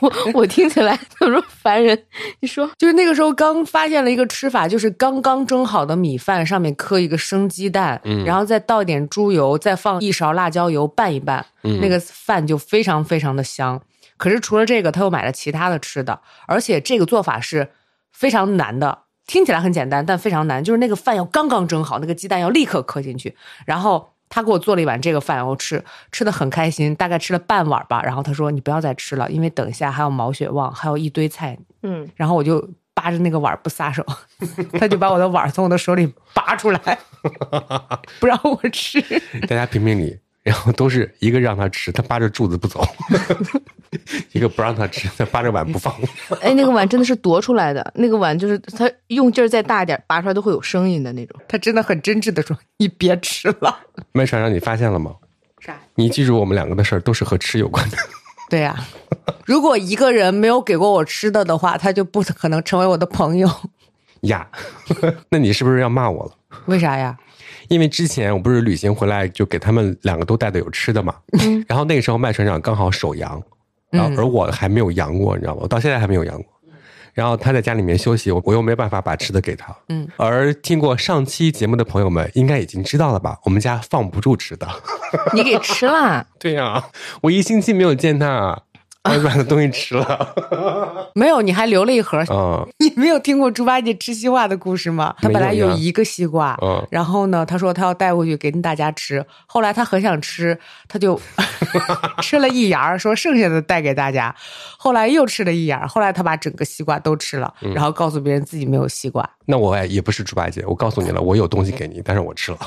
[SPEAKER 3] 我 我听起来怎么说烦人？你说
[SPEAKER 2] 就是那个时候刚发现了一个吃法，就是刚刚蒸好的米饭上面磕一个生鸡蛋，
[SPEAKER 1] 嗯
[SPEAKER 2] 然后再倒一点猪油，再放一勺辣椒油拌一拌，
[SPEAKER 1] 嗯
[SPEAKER 2] 那个饭就非常非常的香。可是除了这个，他又买了其他的吃的，而且这个做法是非常难的。听起来很简单，但非常难，就是那个饭要刚刚蒸好，那个鸡蛋要立刻磕进去。然后他给我做了一碗这个饭，我吃，吃的很开心，大概吃了半碗吧。然后他说：“你不要再吃了，因为等一下还有毛血旺，还有一堆菜，
[SPEAKER 3] 嗯，
[SPEAKER 2] 然后我就扒着那个碗儿不撒手， 他就把我的碗儿从我的手里拔出 来，不让我吃。
[SPEAKER 1] 大家评评理，然后都是一个让他吃，他扒着柱子不走； 一个不让他吃，他扒着碗不放。
[SPEAKER 3] 哎，那个碗真的是夺出来的，那个碗就是它用劲儿再大一点，拔出来都会有声音的那种。
[SPEAKER 2] 他真的很真挚的说：“你别吃了。
[SPEAKER 1] 麦船长，你发现了吗？
[SPEAKER 3] 啥？
[SPEAKER 1] 你记住我们两个的事儿都是和吃有关的。”
[SPEAKER 2] 对呀、如果一个人没有给过我吃的的话，他就不可能成为我的朋友。
[SPEAKER 1] 呀， 那你是不是要骂我了？
[SPEAKER 2] 为啥呀？
[SPEAKER 1] 因为之前我不是旅行回来就给他们两个都带的有吃的嘛，然后那个时候麦船长刚好手阳，然后而我还没有阳过，你知道吗？我到现在还没有阳过。然后他在家里面休息，我我又没办法把吃的给他。
[SPEAKER 2] 嗯，
[SPEAKER 1] 而听过上期节目的朋友们应该已经知道了吧？我们家放不住吃的。
[SPEAKER 3] 你给吃啦？
[SPEAKER 1] 对呀、我一星期没有见他，他就把他东西吃了。
[SPEAKER 2] 没有，你还留了一盒。
[SPEAKER 1] 嗯
[SPEAKER 2] 你没有听过猪八戒吃西瓜的故事吗？他
[SPEAKER 1] 没有
[SPEAKER 2] 本来有
[SPEAKER 1] 呀
[SPEAKER 2] 一个西瓜，
[SPEAKER 1] 嗯，
[SPEAKER 2] 然后呢，他说他要带回去给大家吃。后来他很想吃，他就吃了一牙儿，说剩下的带给大家。后来又吃了一牙儿，后来他把整个西瓜都吃了，
[SPEAKER 1] 嗯
[SPEAKER 2] 然后告诉别人自己没有西瓜。
[SPEAKER 1] 那我也也不是猪八戒，我告诉你了，我有东西给你，但是我吃了。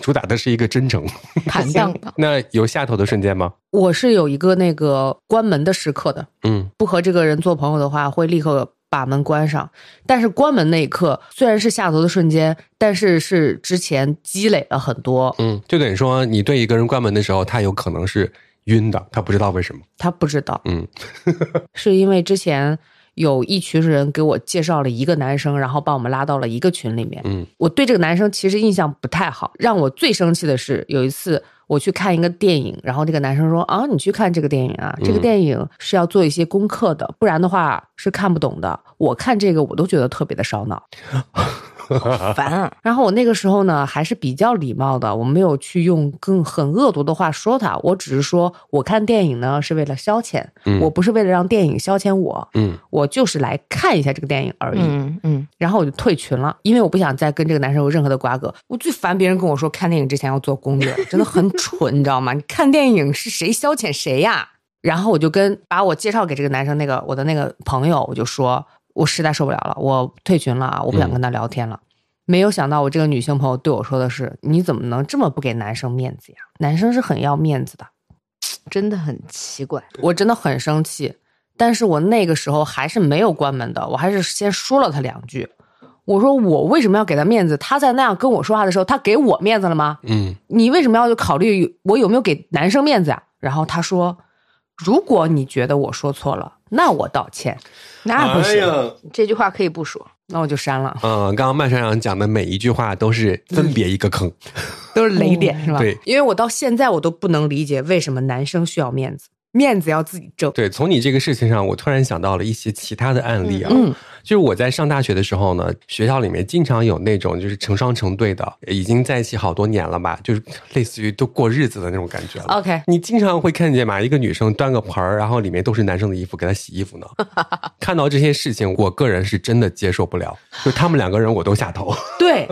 [SPEAKER 1] 主打的是一个真诚。
[SPEAKER 3] 坦 荡荡。
[SPEAKER 1] 那有下头的瞬间吗？
[SPEAKER 2] 我是有一个那个关门的时刻的，
[SPEAKER 1] 嗯
[SPEAKER 2] 不和这个人做朋友的话，会立刻把门关上。但是关门那一刻，虽然是下头的瞬间，但是是之前积累了很多，
[SPEAKER 1] 嗯，就等于说你对一个人关门的时候，他有可能是晕的，他不知道为什么。
[SPEAKER 2] 他不知道，
[SPEAKER 1] 嗯
[SPEAKER 2] 是因为之前有一群人给我介绍了一个男生，然后把我们拉到了一个群里面。
[SPEAKER 1] 嗯
[SPEAKER 2] 我对这个男生其实印象不太好，让我最生气的是有一次我去看一个电影，然后这个男生说啊，你去看这个电影啊，
[SPEAKER 1] 嗯
[SPEAKER 2] 这个电影是要做一些功课的，不然的话是看不懂的。我看这个我都觉得特别的烧脑。
[SPEAKER 3] 烦啊！
[SPEAKER 2] 然后我那个时候呢还是比较礼貌的，我没有去用更很恶毒的话说他，我只是说我看电影呢是为了消遣，
[SPEAKER 1] 嗯
[SPEAKER 2] 我不是为了让电影消遣我，
[SPEAKER 1] 嗯
[SPEAKER 2] 我就是来看一下这个电影而已。
[SPEAKER 3] 嗯嗯，
[SPEAKER 2] 然后我就退群了，因为我不想再跟这个男生有任何的瓜葛。我最烦别人跟我说看电影之前要做攻略，真的很蠢，你知道吗？你看电影是谁消遣谁呀、 然后我就跟把我介绍给这个男生那个我的那个朋友，我就说我实在受不了了，我退群了啊，我不想跟他聊天了。没有想到我这个女性朋友对我说的是：“你怎么能这么不给男生面子呀？男生是很要面子的。”
[SPEAKER 3] 真的很奇怪。
[SPEAKER 2] 我真的很生气，但是我那个时候还是没有关门的，我还是先说了他两句。我说我为什么要给他面子？他在那样跟我说话的时候，他给我面子了吗？
[SPEAKER 1] 嗯，
[SPEAKER 2] 你为什么要考虑我有没有给男生面子啊？然后他说，如果你觉得我说错了，那我道歉，
[SPEAKER 3] 那不行，这句话可以不说。
[SPEAKER 2] 那我就删了，
[SPEAKER 1] 嗯、刚刚麦山长讲的每一句话都是分别一个坑。
[SPEAKER 2] 都是雷点、是吧？
[SPEAKER 1] 哦对，
[SPEAKER 2] 因为我到现在我都不能理解为什么男生需要面子，面子要自己挣。
[SPEAKER 1] 对，从你这个事情上，我突然想到了一些其他的案例啊。
[SPEAKER 2] 嗯嗯
[SPEAKER 1] 就是我在上大学的时候呢，学校里面经常有那种就是成双成对的，已经在一起好多年了吧，就是类似于都过日子的那种感觉了。
[SPEAKER 2] OK，
[SPEAKER 1] 你经常会看见嘛，一个女生端个盆儿，然后里面都是男生的衣服，给她洗衣 服呢。看到这些事情，我个人是真的接受不了，就他们两个人我都下头。
[SPEAKER 2] 对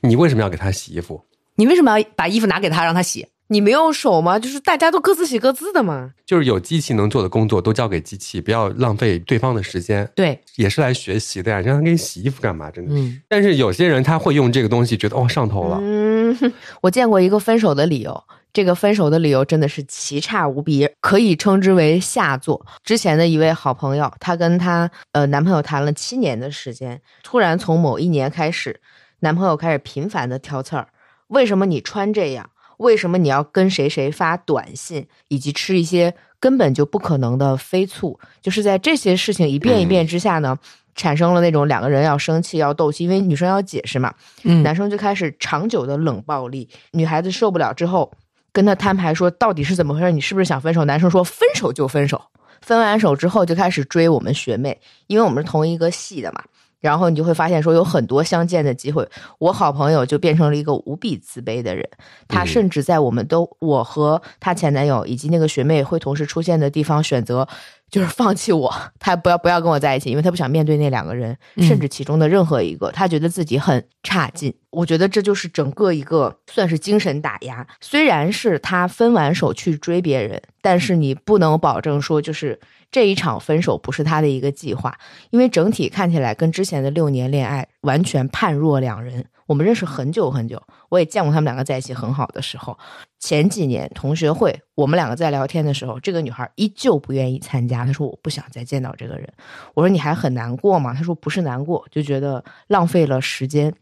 [SPEAKER 1] 你为什么要给她洗衣服？
[SPEAKER 2] 你为什么要把衣服拿给他让他洗？
[SPEAKER 3] 你没有手吗？就是大家都各自洗各自的嘛。
[SPEAKER 1] 就是有机器能做的工作都交给机器，不要浪费对方的时间。
[SPEAKER 2] 对，
[SPEAKER 1] 也是来学习的呀，让他给你洗衣服干嘛？真的。
[SPEAKER 2] 嗯
[SPEAKER 1] 但是有些人他会用这个东西觉得哦上头了，
[SPEAKER 3] 嗯，我见过一个分手的理由，这个分手的理由真的是奇差无比，可以称之为下作。之前的一位好朋友，她跟她呃男朋友谈了七年的时间，突然从某一年开始，男朋友开始频繁的挑刺儿，为什么你穿这样？为什么你要跟谁谁发短信，以及吃一些根本就不可能的飞醋？就是在这些事情一遍一遍之下呢，产生了那种两个人要生气要斗气，因为女生要解释嘛。
[SPEAKER 2] 嗯
[SPEAKER 3] 男生就开始长久的冷暴力，女孩子受不了之后跟他摊牌说到底是怎么回事，你是不是想分手？男生说分手就分手，分完手之后就开始追我们学妹，因为我们是同一个系的嘛。然后你就会发现说有很多相见的机会，我好朋友就变成了一个无比自卑的人，他
[SPEAKER 1] 嗯
[SPEAKER 3] 甚至在我们都我和她前男友以及那个学妹会同时出现的地方选择。就是放弃我， 他不要不要跟我在一起，因为他不想面对那两个人，
[SPEAKER 2] 嗯
[SPEAKER 3] 甚至其中的任何一个，他觉得自己很差劲。我觉得这就是整个一个算是精神打压。虽然是他分完手去追别人，但是你不能保证说就是这一场分手不是他的一个计划，因为整体看起来跟之前的六年恋爱完全判若两人。我们认识很久很久，我也见过他们两个在一起很好的时候。前几年同学会，我们两个在聊天的时候，这个女孩依旧不愿意参加。她说：“我不想再见到这个人。”我说：“你还很难过吗？”她说：“不是难过，就觉得浪费了时间，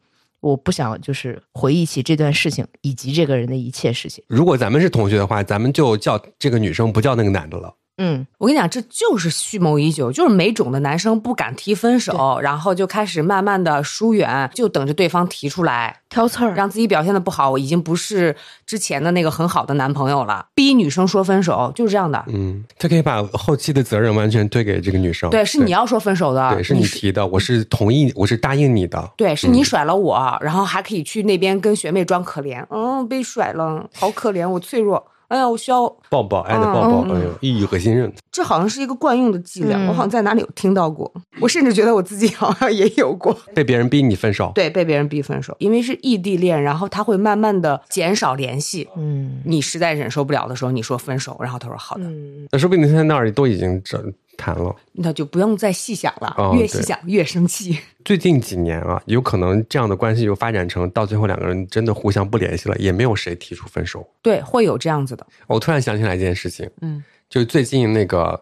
[SPEAKER 3] 我不想就是回忆起这段事情以及这个人的一切事情。”
[SPEAKER 1] 如果咱们是同学的话，咱们就叫这个女生不叫那个男的了。
[SPEAKER 3] 嗯，
[SPEAKER 2] 我跟你讲，这就是蓄谋已久，就是没种的男生不敢提分手，然后就开始慢慢的疏远，就等着对方提出来，
[SPEAKER 3] 挑刺
[SPEAKER 1] 嗯
[SPEAKER 3] 儿，
[SPEAKER 2] 让自己表现的不好，我已经不是之前的那个很好的男朋友了，逼女生说分手，就是这样的。
[SPEAKER 1] 嗯，他可以把后期的责任完全推给这个女生。
[SPEAKER 2] 对，是你要说分手的，
[SPEAKER 1] 对，是你
[SPEAKER 2] 啊你
[SPEAKER 1] 提嗯的，我是同意，我是答应你的。
[SPEAKER 2] 对，是你甩了我，然后还可以去那边跟学妹装可怜，嗯，被甩了，好可怜，我脆弱，哎呀，我需要。
[SPEAKER 1] 抱抱，爱的抱抱，
[SPEAKER 3] 嗯嗯
[SPEAKER 1] 哎呦，一语合心刃。
[SPEAKER 2] 这好像是一个惯用的伎俩，
[SPEAKER 3] 嗯
[SPEAKER 2] 我好像在哪里有听到过，我甚至觉得我自己好像也有过。
[SPEAKER 1] 被别人逼你分手，
[SPEAKER 2] 对，被别人逼分手，因为是异地恋，然后他会慢慢的减少联系。
[SPEAKER 3] 嗯
[SPEAKER 2] 你实在忍受不了的时候，你说分手，然后他说好的，
[SPEAKER 3] 嗯，
[SPEAKER 1] 那说不定现在那儿都已经这谈了。
[SPEAKER 2] 那就不用再细想了，
[SPEAKER 1] 哦
[SPEAKER 2] 越
[SPEAKER 1] 对
[SPEAKER 2] 细想越生气。
[SPEAKER 1] 最近几年啊，有可能这样的关系又发展成到最后两个人真的互相不联系了，也没有谁提出分手。
[SPEAKER 2] 对，会有这样子的，
[SPEAKER 1] 我突然想起来一件事情，
[SPEAKER 2] 嗯，
[SPEAKER 1] 就是最近那个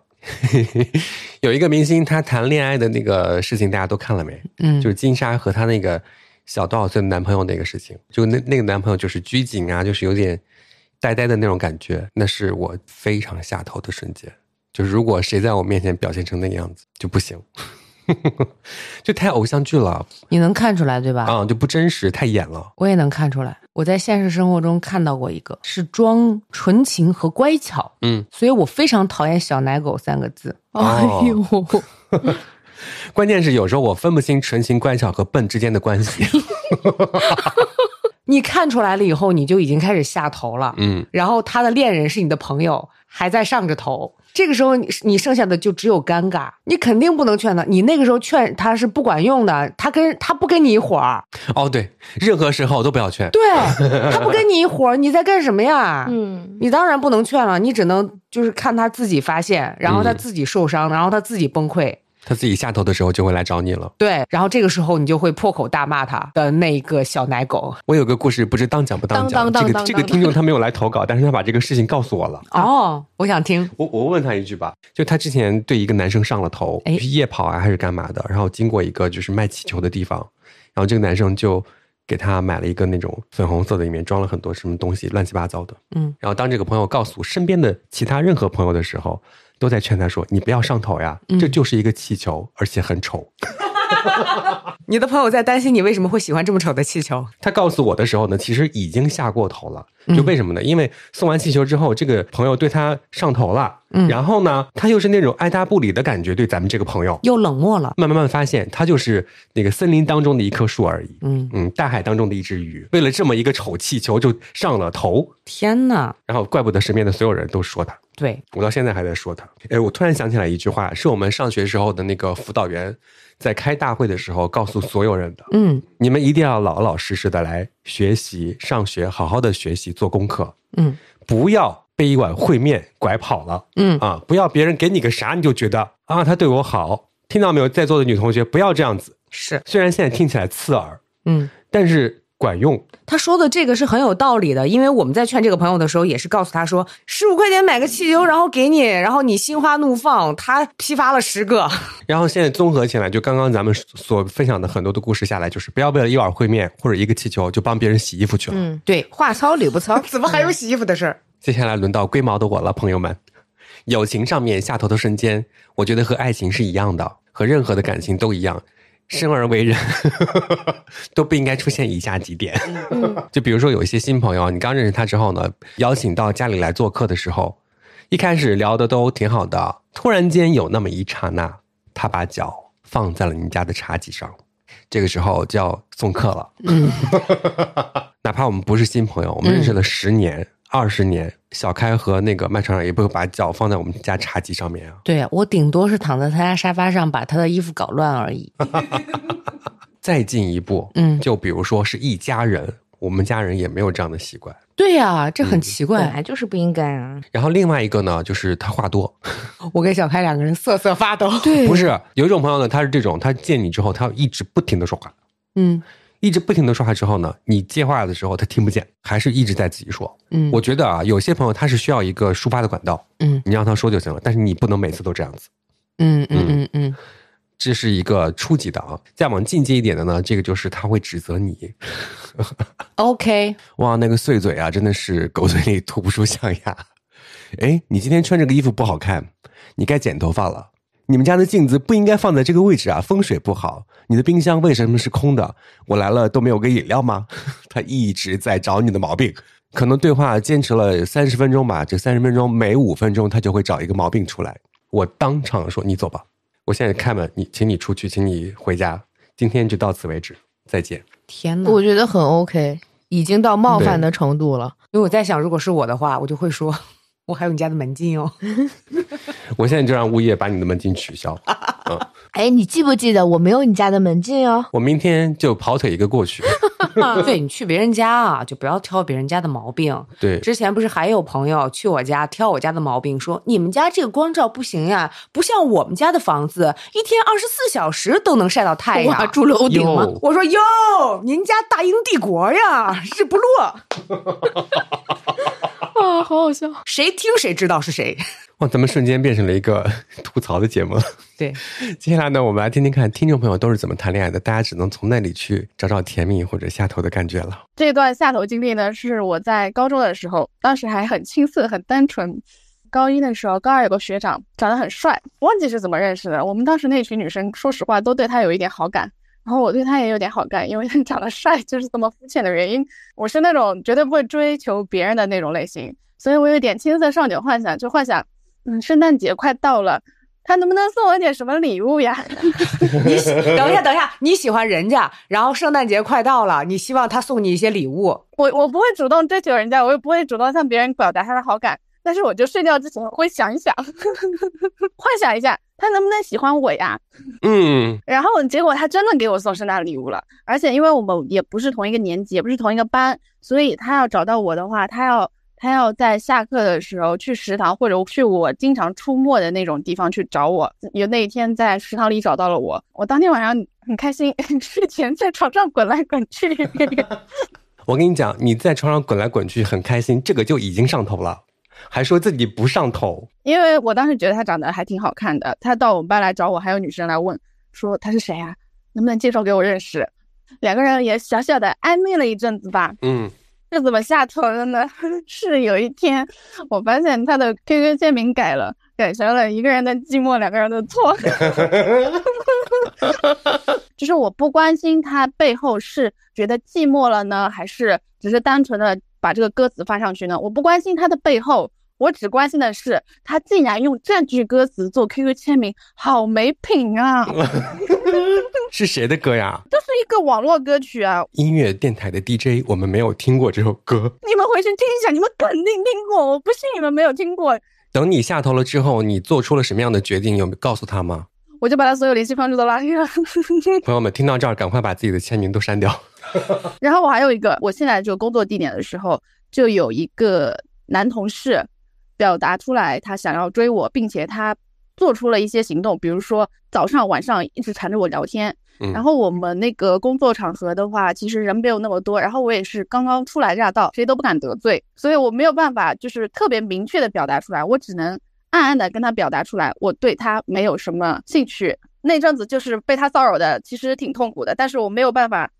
[SPEAKER 1] 有一个明星，他谈恋爱的那个事情，大家都看了没？
[SPEAKER 2] 嗯
[SPEAKER 1] 就是金莎和她那个小多少岁的男朋友那个事情，就那那个男朋友就是拘谨啊，就是有点呆呆的那种感觉，那是我非常下头的瞬间。就是如果谁在我面前表现成那个样子，就不行， 就太偶像剧了
[SPEAKER 2] 你能看出来对吧？
[SPEAKER 1] 啊、就不真实，太演了。
[SPEAKER 2] 我也能看出来，我在现实生活中看到过一个是装纯情和乖巧，
[SPEAKER 1] 嗯，
[SPEAKER 2] 所以我非常讨厌“小奶狗”三个字。
[SPEAKER 1] 哦
[SPEAKER 3] 哎呦，
[SPEAKER 1] 关键是有时候我分不清纯情、乖巧和笨之间的关系。
[SPEAKER 2] 你看出来了以后，你就已经开始下头了，
[SPEAKER 1] 嗯，
[SPEAKER 2] 然后他的恋人是你的朋友，还在上着头。这个时候你，你剩下的就只有尴尬，你肯定不能劝他。你那个时候劝他是不管用的，他跟他不跟你一伙儿，
[SPEAKER 1] 哦，对，任何时候都不要劝。
[SPEAKER 2] 对啊 他不跟你一伙儿，你在干什么呀？
[SPEAKER 3] 嗯，
[SPEAKER 2] 你当然不能劝了，你只能就是看他自己发现，然后他自己受伤，然后他自己崩溃，
[SPEAKER 1] 他自己下头的时候就会来找你了。
[SPEAKER 2] 对，然后这个时候你就会破口大骂他的那一个小奶狗。
[SPEAKER 1] 我有个故事，不知当讲不当讲。
[SPEAKER 3] 当当当
[SPEAKER 1] 这个
[SPEAKER 3] 当
[SPEAKER 1] 这个
[SPEAKER 3] 当
[SPEAKER 1] 听众他没有来投稿，但是他把这个事情告诉我了。
[SPEAKER 2] 哦，我想听，
[SPEAKER 1] 我我问他一句吧，就他之前对一个男生上了头，
[SPEAKER 2] 哎
[SPEAKER 1] 是夜跑啊还是干嘛的，然后经过一个就是卖气球的地方，然后这个男生就给他买了一个那种粉红色的，里面装了很多什么东西，乱七八糟的。
[SPEAKER 2] 嗯，
[SPEAKER 1] 然后当这个朋友告诉身边的其他任何朋友的时候，都在劝他说：“你不要上头呀，
[SPEAKER 3] 嗯
[SPEAKER 1] 这就是一个气球，而且很丑。”
[SPEAKER 2] 你的朋友在担心你为什么会喜欢这么丑的气球。
[SPEAKER 1] 他告诉我的时候呢，其实已经下过头了。
[SPEAKER 2] 嗯
[SPEAKER 1] 就为什么呢？因为送完气球之后，这个朋友对他上头了，
[SPEAKER 2] 嗯
[SPEAKER 1] 然后呢，他又是那种爱答不理的感觉，对咱们这个朋友，
[SPEAKER 2] 又冷漠了，
[SPEAKER 1] 慢慢慢发现他就是那个森林当中的一棵树而已，
[SPEAKER 2] 嗯，
[SPEAKER 1] 嗯，大海当中的一只鱼，为了这么一个丑气球就上了头，
[SPEAKER 2] 天呐，
[SPEAKER 1] 然后怪不得身边的所有人都说他。
[SPEAKER 2] 对，
[SPEAKER 1] 我到现在还在说他。哎，我突然想起来一句话，是我们上学时候的那个辅导员在开大会的时候告诉所有人的。
[SPEAKER 2] 嗯
[SPEAKER 1] 你们一定要老老实实的来学习、上学，好好的学习、做功课，
[SPEAKER 2] 嗯
[SPEAKER 1] 不要被一碗烩面拐跑了
[SPEAKER 2] 嗯，
[SPEAKER 1] 啊！不要别人给你个啥你就觉得啊他对我好，听到没有，在座的女同学不要这样子。
[SPEAKER 2] 是，
[SPEAKER 1] 虽然现在听起来刺耳，
[SPEAKER 2] 嗯，
[SPEAKER 1] 但是管用。
[SPEAKER 2] 他说的这个是很有道理的，因为我们在劝这个朋友的时候，也是告诉他说，十五块钱买个气球，然后给你，然后你心花怒放，他批发了十个，
[SPEAKER 1] 然后现在综合起来，就刚刚咱们所分享的很多的故事下来，就是不要为了一碗烩面或者一个气球就帮别人洗衣服去了。
[SPEAKER 3] 嗯，
[SPEAKER 2] 对，话糙理不糙， 怎么还有洗衣服的事儿？
[SPEAKER 1] 接下来轮到龟毛的我了，朋友们。友情上面下头的瞬间，我觉得和爱情是一样的，和任何的感情都一样。生而为人， 都不应该出现以下几点。 就比如说，有一些新朋友，你刚认识他之后呢，邀请到家里来做客的时候，一开始聊的都挺好的，突然间有那么一刹那，他把脚放在了你家的茶几上，这个时候就要送客了。 哪怕我们不是新朋友，我们认识了十年、二十、年，小开和那个麦厂长也不会把脚放在我们家茶几上面啊。
[SPEAKER 2] 对我顶多是躺在他家沙发上，把他的衣服搞乱而已。
[SPEAKER 1] 再进一步，
[SPEAKER 2] 嗯
[SPEAKER 1] 就比如说是一家人，我们家人也没有这样的习惯。
[SPEAKER 2] 对呀、这很奇
[SPEAKER 3] 本
[SPEAKER 2] 怪。
[SPEAKER 3] 来就是不应该啊，
[SPEAKER 1] 然后另外一个呢，就是他话多，
[SPEAKER 2] 我跟小开两个人瑟瑟发抖。
[SPEAKER 3] 对
[SPEAKER 1] 不，是有一种朋友呢，他是这种，他见你之后，他一直不停的说话，
[SPEAKER 2] 嗯
[SPEAKER 1] 一直不停的说话之后呢，你接话的时候他听不见，还是一直在自己说。
[SPEAKER 2] 嗯
[SPEAKER 1] 我觉得啊，有些朋友他是需要一个抒发的管道，
[SPEAKER 2] 嗯
[SPEAKER 1] 你让他说就行了，但是你不能每次都这样子。
[SPEAKER 2] 嗯嗯嗯嗯，
[SPEAKER 1] 这是一个初级的啊，再往进阶一点的呢，这个就是他会指责你，
[SPEAKER 2] OK，
[SPEAKER 1] 哇，那个碎嘴啊，真的是狗嘴里吐不出象牙。哎，你今天穿这个衣服不好看，你该剪头发了。你们家的镜子不应该放在这个位置啊，风水不好。你的冰箱为什么是空的？我来了都没有个饮料吗？ 他一直在找你的毛病。可能对话坚持了三十分钟吧，这三十分钟每五分钟他就会找一个毛病出来。我当场说：“你走吧，我现在开门，你请你出去，请你回家，今天就到此为止，再见。”
[SPEAKER 2] 天哪！
[SPEAKER 3] 我觉得很 OK，已经到冒犯的程度了。
[SPEAKER 2] 因为我在想，如果是我的话，我就会说， 我还有你家的门禁哦。
[SPEAKER 1] 我现在就让物业把你的门禁取消，
[SPEAKER 3] 哎，你记不记得我没有你家的门禁哦？
[SPEAKER 1] 我明天就跑腿一个过去。
[SPEAKER 2] 对你去别人家啊，就不要挑别人家的毛病。
[SPEAKER 1] 对，
[SPEAKER 2] 之前不是还有朋友去我家挑我家的毛病，说你们家这个光照不行呀，不像我们家的房子，一天二十四小时都能晒到太阳。
[SPEAKER 3] 哇，住楼顶吗？
[SPEAKER 1] 哟
[SPEAKER 2] 我说哟，您家大英帝国呀，日不落，
[SPEAKER 3] 啊，好好笑。
[SPEAKER 2] 谁听谁知道是谁。
[SPEAKER 1] 哇，咱们瞬间变成了一个 吐槽的节目了。
[SPEAKER 2] 对，
[SPEAKER 1] 接下来呢，我们来听听看听众朋友都是怎么谈恋爱的，大家只能从那里去找找甜蜜或者下头的感觉了。
[SPEAKER 4] 这段下头经历呢，是我在高中的时候，当时还很青涩、很单纯。高一的时候，高二有个学长长得很帅，忘记是怎么认识的。我们当时那群女生，说实话都对他有一点好感，然后我对他也有点好感，因为他长得帅就是这么肤浅的原因。我是那种绝对不会追求别人的那种类型，所以我有点青涩少女幻想，就幻想，嗯，圣诞节快到了，他能不能送我点什么礼物呀？
[SPEAKER 2] 你喜等一下，等一下，你喜欢人家，然后圣诞节快到了，你希望他送你一些礼物，
[SPEAKER 4] 我我不会主动追求人家，我也不会主动向别人表达他的好感，但是我就睡觉之前会想一想， 幻想一下他能不能喜欢我呀？
[SPEAKER 1] 嗯，
[SPEAKER 4] 然后结果他真的给我送圣诞礼物了，而且因为我们也不是同一个年级，也不是同一个班，所以他要找到我的话，他要他要在下课的时候去食堂或者去我经常出没的那种地方去找我。有那一天在食堂里找到了我，我当天晚上很开心， 睡前在床上滚来滚去。
[SPEAKER 1] 我跟你讲，你在床上滚来滚去很开心，这个就已经上头了，还说自己不上头。
[SPEAKER 4] 因为我当时觉得他长得还挺好看的，他到我们班来找我，还有女生来问说他是谁啊，能不能介绍给我认识？两个人也小小的暧昧了一阵子吧，
[SPEAKER 1] 嗯，
[SPEAKER 4] 这怎么下头了呢？ 是有一天我发现他的 QQ 签名改了，改成了一个人的寂寞，两个人的错。 就是我不关心他背后是觉得寂寞了呢，还是只是单纯的把这个歌词放上去呢？我不关心他的背后，我只关心的是他竟然用这句歌词做 QQ 签名，好没品啊！
[SPEAKER 1] 是谁的歌呀？
[SPEAKER 4] 这是一个网络歌曲啊，
[SPEAKER 1] 音乐电台的 DJ，我们没有听过这首歌。
[SPEAKER 4] 你们回去听一下，你们肯定听过，我不信你们没有听过。
[SPEAKER 1] 等你下头了之后，你做出了什么样的决定？有告诉他吗？
[SPEAKER 4] 我就把他所有联系方式都拉黑了。
[SPEAKER 1] 朋友们，听到这儿赶快把自己的签名都删掉。
[SPEAKER 4] 然后我还有一个，我现在就工作地点的时候，就有一个男同事表达出来他想要追我，并且他做出了一些行动，比如说早上晚上一直缠着我聊天。
[SPEAKER 1] 嗯
[SPEAKER 4] 然后我们那个工作场合的话，其实人没有那么多，然后我也是刚刚初来乍到，谁都不敢得罪，所以我没有办法就是特别明确的表达出来，我只能暗暗的跟他表达出来，我对他没有什么兴趣。那阵子就是被他骚扰的，其实挺痛苦的，但是我没有办法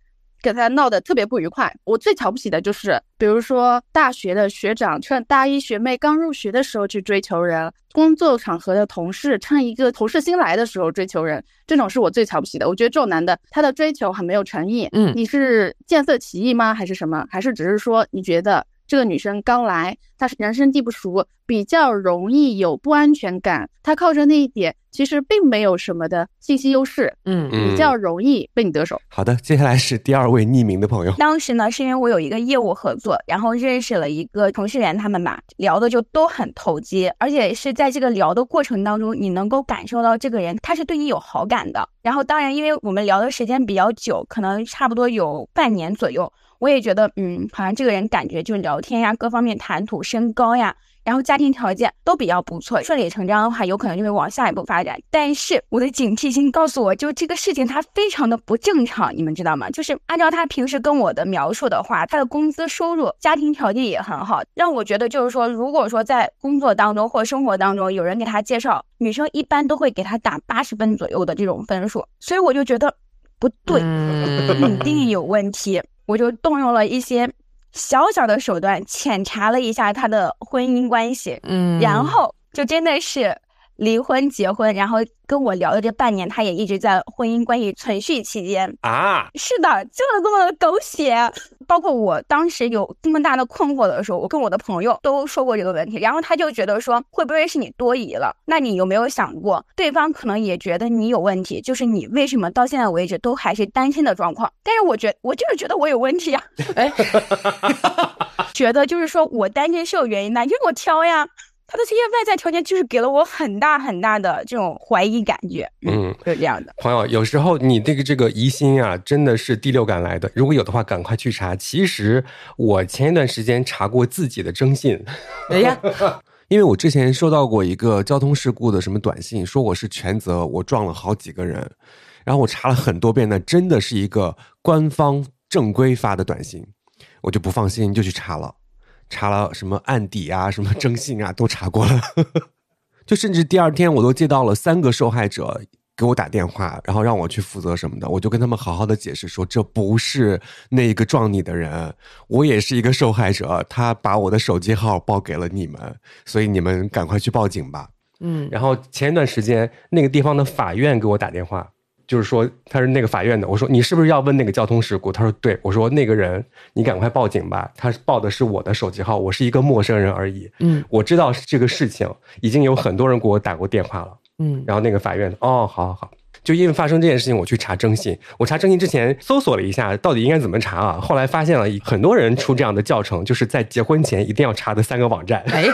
[SPEAKER 4] 给他闹得特别不愉快。我最瞧不起的就是，比如说大学的学长趁大一学妹刚入学的时候去追求人，工作场合的同事趁一个同事新来的时候追求人，这种是我最瞧不起的。我觉得这种男的他的追求很没有诚意。
[SPEAKER 2] 嗯
[SPEAKER 4] 你是见色起意吗？还是什么？还是只是说你觉得这个女生刚来，她是人生地不熟，比较容易有不安全感，她靠着那一点其实并没有什么的信息优势，
[SPEAKER 2] 嗯
[SPEAKER 1] 嗯
[SPEAKER 4] 比较容易被你得手。
[SPEAKER 1] 好的，接下来是第二位匿名的朋友。
[SPEAKER 5] 当时呢，是因为我有一个业务合作，然后认识了一个程序员，他们嘛聊的就都很投机，而且是在这个聊的过程当中，你能够感受到这个人他是对你有好感的。然后当然，因为我们聊的时间比较久，可能差不多有半年左右，我也觉得嗯，好像这个人感觉就聊天呀，各方面谈吐、身高呀，然后家庭条件都比较不错，顺理成章的话，有可能就会往下一步发展。但是我的警惕心告诉我，就这个事情它非常的不正常，你们知道吗？就是按照他平时跟我的描述的话，他的工资收入、家庭条件也很好，让我觉得就是说，如果说在工作当中或生活当中有人给他介绍，女生一般都会给他打八十分左右的这种分数，所以我就觉得不对，
[SPEAKER 2] 嗯
[SPEAKER 5] 肯定有问题，我就动用了一些小小的手段浅查了一下他的婚姻关系，
[SPEAKER 2] 嗯，
[SPEAKER 5] 然后就真的是离婚结婚，然后跟我聊的这半年，他也一直在婚姻关系存续期间。
[SPEAKER 1] 啊，
[SPEAKER 5] 是的，就是这么狗血。包括我当时有这么大的困惑的时候，我跟我的朋友都说过这个问题，然后他就觉得说，会不会是你多疑了？那你有没有想过，对方可能也觉得你有问题，就是你为什么到现在为止都还是单身的状况？但是我觉我就是觉得我有问题呀、
[SPEAKER 2] 哎，
[SPEAKER 5] 觉得就是说我单身是有原因的，因为我挑呀。他的这些外在条件就是给了我很大很大的这种怀疑感觉，
[SPEAKER 1] 嗯，
[SPEAKER 5] 就是这样的。
[SPEAKER 1] 朋友，有时候你这个这个疑心啊，真的是第六感来的。如果有的话，赶快去查。其实我前一段时间查过自己的征信，
[SPEAKER 2] 哎呀，
[SPEAKER 6] 因为我之前收到过一个交通事故的什么短信，说我是全责，我撞了好几个人，然后我查了很多遍，那真的是一个官方正规发的短信，我就不放心，就去查了，查了什么案底啊，什么征信啊，都查过了， 就甚至第二天我都接到了三个受害者。给我打电话，然后让我去负责什么的，我就跟他们好好的解释说，这不是那个撞你的人，我也是一个受害者，他把我的手机号报给了你们，所以你们赶快去报警吧。
[SPEAKER 2] 嗯，
[SPEAKER 1] 然后前一段时间那个地方的法院给我打电话，就是说他是那个法院的，我说你是不是要问那个交通事故？他说对，我说那个人你赶快报警吧，他报的是我的手机号，我是一个陌生人而已。
[SPEAKER 2] 嗯
[SPEAKER 1] 我知道这个事情，已经有很多人给我打过电话了。
[SPEAKER 2] 嗯，
[SPEAKER 1] 然后那个法院，哦，好好好，就因为发生这件事情，我去查征信。我查征信之前搜索了一下，到底应该怎么查啊？后来发现了很多人出这样的教程，就是在结婚前一定要查的三个网站。
[SPEAKER 2] 哎，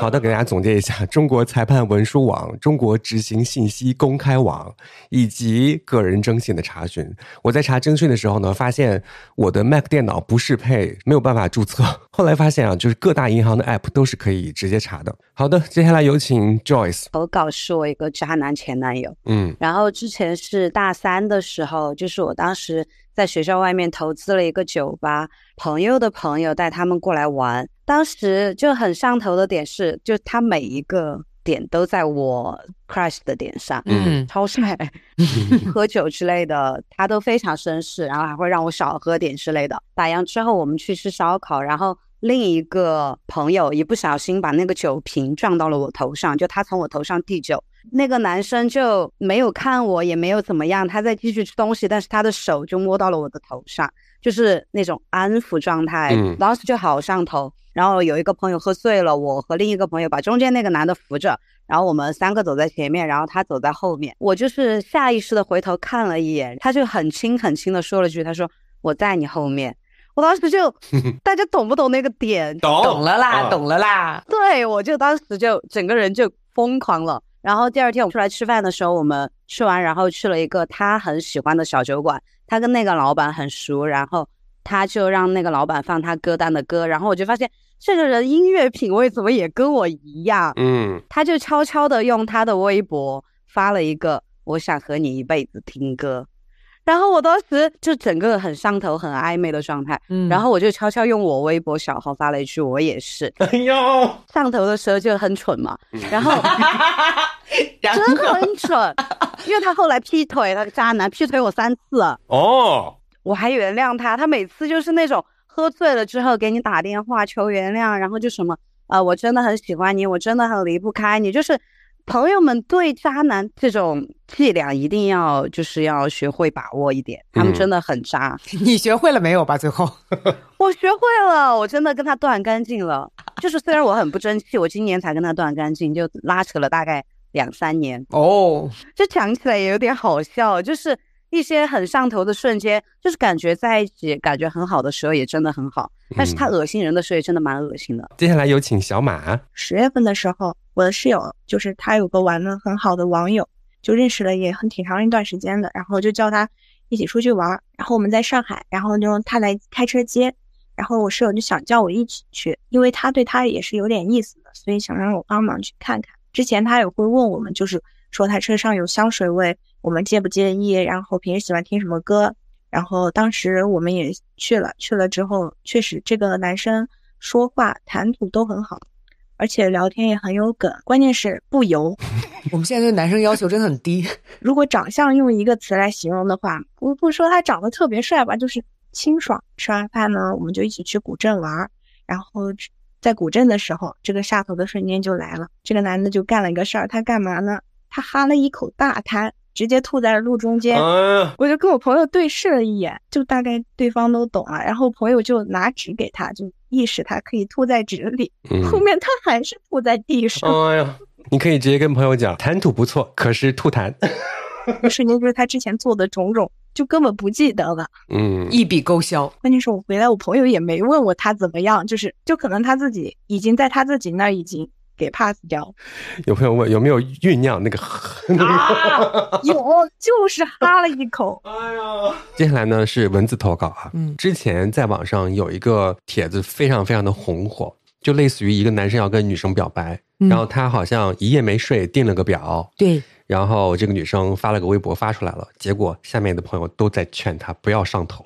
[SPEAKER 1] 好的，给大家总结一下：中国裁判文书网、中国执行信息公开网以及个人征信的查询。我在查征信的时候呢，发现我的 Mac 电脑不适配，没有办法注册。后来发现啊，就是各大银行的 App 都是可以直接查的。好的，接下来有请 Joyce。
[SPEAKER 7] 投稿是我一个渣男前男友，
[SPEAKER 1] 嗯，
[SPEAKER 7] 然后之前是大三的时候，就是我当时在学校外面投资了一个酒吧，朋友的朋友带他们过来玩，当时就很上头的点是，就他每一个点都在我 crush 的点上，
[SPEAKER 2] 嗯
[SPEAKER 7] 超帅， 喝酒之类的，他都非常绅士，然后还会让我少喝点之类的。打烊之后，我们去吃烧烤，然后另一个朋友一不小心把那个酒瓶撞到了我头上，就他从我头上递酒，那个男生就没有看我，也没有怎么样，他在继续吃东西，但是他的手就摸到了我的头上，就是那种安抚状态，
[SPEAKER 1] 嗯
[SPEAKER 7] 当时就好上头。然后有一个朋友喝醉了，我和另一个朋友把中间那个男的扶着，然后我们三个走在前面，然后他走在后面。我就是下意识的回头看了一眼，他就很轻很轻的说了句：“他说我在你后面。”我当时就，大家懂不懂那个点？
[SPEAKER 1] 懂
[SPEAKER 2] 懂了啦，
[SPEAKER 1] 啊
[SPEAKER 2] 懂了啦，
[SPEAKER 7] 对，我就当时就整个人就疯狂了。然后第二天我们出来吃饭的时候，我们吃完，然后去了一个他很喜欢的小酒馆，他跟那个老板很熟，然后他就让那个老板放他歌单的歌，然后我就发现这个人音乐品味怎么也跟我一样，
[SPEAKER 1] 嗯，
[SPEAKER 7] 他就悄悄的用他的微博发了一个“我想和你一辈子听歌”，然后我当时就整个很上头、很暧昧的状态，
[SPEAKER 2] 嗯，
[SPEAKER 7] 然后我就悄悄用我微博小号发了一句“我也是”，
[SPEAKER 1] 哎呦，
[SPEAKER 7] 上头的时候就很蠢嘛，然后
[SPEAKER 2] 嗯 然后
[SPEAKER 7] 真的很蠢，因为他后来劈腿，他渣男劈腿我三次了，
[SPEAKER 1] 哦，
[SPEAKER 7] 我还原谅他，他每次就是那种喝醉了之后给你打电话求原谅，然后就什么啊、我真的很喜欢你，我真的很离不开你，就是朋友们对渣男这种伎俩一定要就是要学会把握一点，他们
[SPEAKER 1] 嗯
[SPEAKER 7] 真的很渣，
[SPEAKER 2] 你学会了没有吧？最后，
[SPEAKER 7] 我学会了，我真的跟他断干净了，就是虽然我很不争气，我今年才跟他断干净，就拉扯了大概两三年。
[SPEAKER 2] 哦，
[SPEAKER 7] 这讲起来也有点好笑，就是一些很上头的瞬间，就是感觉在一起感觉很好的时候也真的很好，但是他恶心人的时候也真的蛮恶心的。
[SPEAKER 1] 接下来有请小马。
[SPEAKER 8] 十月份的时候，我的室友就是他有个玩的很好的网友，就认识了也很挺长一段时间的，然后就叫他一起出去玩儿，然后我们在上海，然后就他来开车接，然后我室友就想叫我一起去，因为他对他也是有点意思的，所以想让我帮忙去看看。之前他也会问我们，就是说他车上有香水味，我们介不介意，然后平时喜欢听什么歌，然后当时我们也去了，去了之后确实这个男生说话谈吐都很好，而且聊天也很有梗，关键是不油。
[SPEAKER 2] 我们现在对男生要求真的很低，
[SPEAKER 8] 如果长相用一个词来形容的话，我不说他长得特别帅吧，就是清爽。吃完饭呢，我们就一起去古镇玩儿。然后在古镇的时候，这个下头的瞬间就来了。这个男的就干了一个事儿，他干嘛呢？他哈了一口大痰，直接吐在了路
[SPEAKER 2] 哎
[SPEAKER 8] 中间。
[SPEAKER 1] 啊，
[SPEAKER 8] 我就跟我朋友对视了一眼，就大概对方都懂了。然后朋友就拿纸给他，就意识他可以吐在纸里。
[SPEAKER 1] 嗯
[SPEAKER 8] 后面他还是吐在地上，
[SPEAKER 1] 哎呀，你可以直接跟朋友讲，谈吐不错，可是吐痰。
[SPEAKER 8] 瞬间就是他之前做的种种，就根本不记得了。
[SPEAKER 1] 嗯，
[SPEAKER 2] 一笔勾销。
[SPEAKER 8] 关键是我回来，我朋友也没问我他怎么样，就是就可能他自己已经在他自己那儿已经给 pass 掉了。
[SPEAKER 1] 有朋友问有没有酝酿那个 那个
[SPEAKER 8] 有，就是哈了一口。
[SPEAKER 1] 接下来呢是文字投稿啊，
[SPEAKER 2] 嗯
[SPEAKER 1] 之前在网上有一个帖子非常非常的红火，就类似于一个男生要跟女生表白，
[SPEAKER 2] 嗯
[SPEAKER 1] 然后他好像一夜没睡定了个表，
[SPEAKER 2] 对，
[SPEAKER 1] 然后这个女生发了个微博发出来了，结果下面的朋友都在劝他不要上头，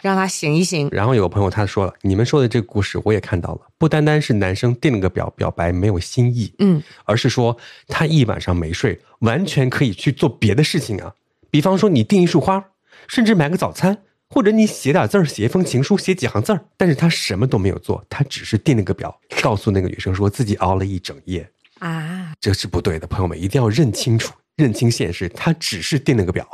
[SPEAKER 2] 让他醒一醒。
[SPEAKER 1] 然后有个朋友他说了，你们说的这个故事我也看到了，不单单是男生定了个表表白没有新意，
[SPEAKER 2] 嗯，
[SPEAKER 1] 而是说他一晚上没睡，完全可以去做别的事情啊，比方说你订一束花，甚至买个早餐，或者你写点字儿，写一封情书，写几行字儿。但是他什么都没有做，他只是订了个表，告诉那个女生说自己熬了一整夜，
[SPEAKER 2] 啊，
[SPEAKER 1] 这是不对的，朋友们一定要认清楚，认清现实，他只是订了个表。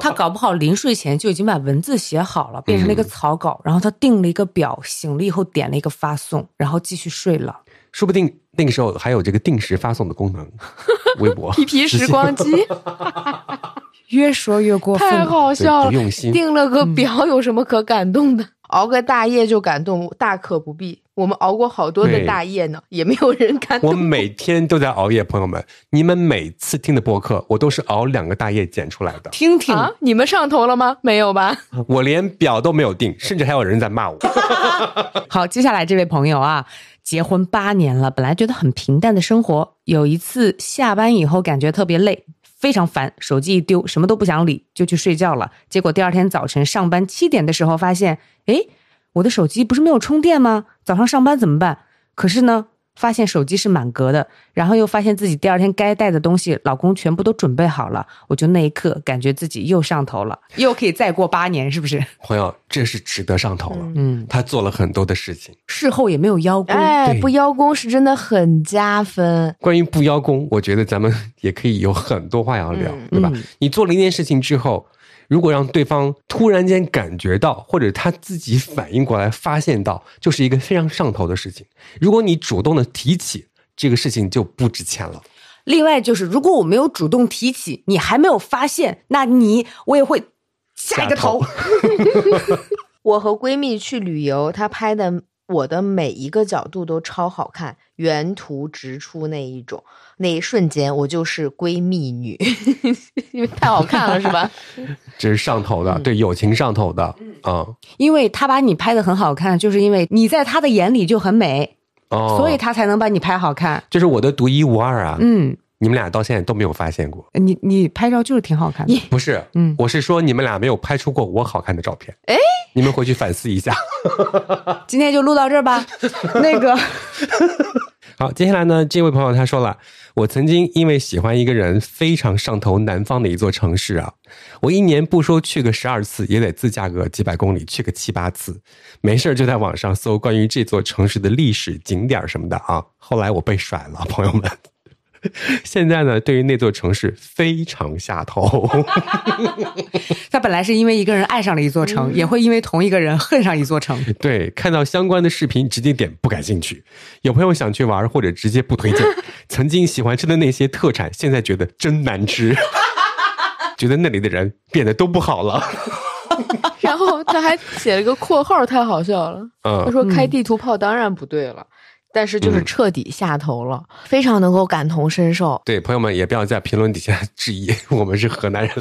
[SPEAKER 2] 他搞不好临睡前就已经把文字写好了，变成了一个草稿，然后他定了一个表，醒了以后点了一个发送，然后继续睡了。
[SPEAKER 1] 说不定那个时候还有这个定时发送的功能， 微博
[SPEAKER 3] 皮皮时光机
[SPEAKER 2] 越说越过分
[SPEAKER 3] 太
[SPEAKER 2] 了，
[SPEAKER 3] 好笑
[SPEAKER 1] 对不
[SPEAKER 3] 了，
[SPEAKER 1] 用心
[SPEAKER 3] 定了个表有什么可感动的？嗯熬个大夜就感动，大可不必。我们熬过好多的
[SPEAKER 1] 对
[SPEAKER 3] 大夜呢，也没有人 感
[SPEAKER 1] 我
[SPEAKER 3] 动。
[SPEAKER 1] 每天都在熬夜，朋友们，你们每次听的播客，我都是熬两个大夜剪出来 的。
[SPEAKER 2] 听听。
[SPEAKER 3] 啊，你们上头了吗？没有吧？
[SPEAKER 1] 我连表都没有定，甚至还有人在 骂我。
[SPEAKER 2] 好，接下来这位朋友啊，结婚八年了，本来觉得很平淡的生活，有一次下班以后感觉特别累，非常烦，手机一丢，什么都不想理，就去睡觉了。结果第二天早晨上班七点的时候，发现，诶，我的手机不是没有充电吗？早上上班怎么办？可是呢，发现手机是满格的，然后又发现自己第二天该带的东西，老公全部都准备好了，我就那一刻感觉自己又上头了，又可以再过八年，是不是？
[SPEAKER 1] 朋友，这是值得上头了。
[SPEAKER 2] 嗯，
[SPEAKER 1] 他做了很多的事情。
[SPEAKER 2] 事后也没有邀功。
[SPEAKER 3] 哎
[SPEAKER 1] 对，
[SPEAKER 3] 不邀功是真的很加分。
[SPEAKER 1] 关于不邀功，我觉得咱们也可以有很多话要聊，
[SPEAKER 3] 嗯
[SPEAKER 1] 对吧？
[SPEAKER 2] 嗯
[SPEAKER 1] 你做了一件事情之后，如果让对方突然间感觉到，或者他自己反应过来发现到，就是一个非常上头的事情。如果你主动的提起这个事情，就不值钱了。
[SPEAKER 2] 另外就是，如果我没有主动提起，你还没有发现，那你我也会下一个头。
[SPEAKER 1] 下
[SPEAKER 3] 我和闺蜜去旅游，她拍的我的每一个角度都超好看，原图直出那一种，那一瞬间我就是闺蜜女， 因为太好看了，是 吧？
[SPEAKER 1] 这是上头
[SPEAKER 2] 嗯
[SPEAKER 1] 的，对友情上头的，嗯，
[SPEAKER 2] 因为他把你拍的很好看，就是因为你在他的眼里就很美，
[SPEAKER 1] 哦，
[SPEAKER 2] 所以他才能把你拍好看。
[SPEAKER 1] 这是我的独一无二啊。
[SPEAKER 2] 嗯，
[SPEAKER 1] 你们俩到现在都没有发现过，
[SPEAKER 2] 你你拍照就是挺好看的。
[SPEAKER 1] 不是？
[SPEAKER 2] 嗯
[SPEAKER 1] 我是说你们俩没有拍出过我好看的照片。
[SPEAKER 3] 哎，
[SPEAKER 1] 你们回去反思一下。
[SPEAKER 2] 今天就录到这儿吧。那个，
[SPEAKER 1] 好，接下来呢，这位朋友他说了，我曾经因为喜欢一个人，非常上头南方的一座城市啊，我一年不说去个十二次，也得自驾个几百公里去个七八次，没事儿就在网上搜关于这座城市的历史景点儿什么的啊。后来我被甩了，朋友们。 现在呢，对于那座城市非常下头。
[SPEAKER 2] 他本来是因为一个人爱上了一座城，也会因为同一个人恨上一座城。
[SPEAKER 1] 对，看到相关的视频直接点不感兴趣。有朋友想去玩，或者直接不推荐。曾经喜欢吃的那些特产，现在觉得真难 吃，觉得那里的人变得都不好了。
[SPEAKER 3] 然后她还写了个括号，太好笑了。她
[SPEAKER 1] 嗯，
[SPEAKER 3] 说开地图炮当然不对了，但是就是彻底下头了，非常能够感同身受。
[SPEAKER 1] 对，朋友们也不要在评论底下质疑我们是河南人。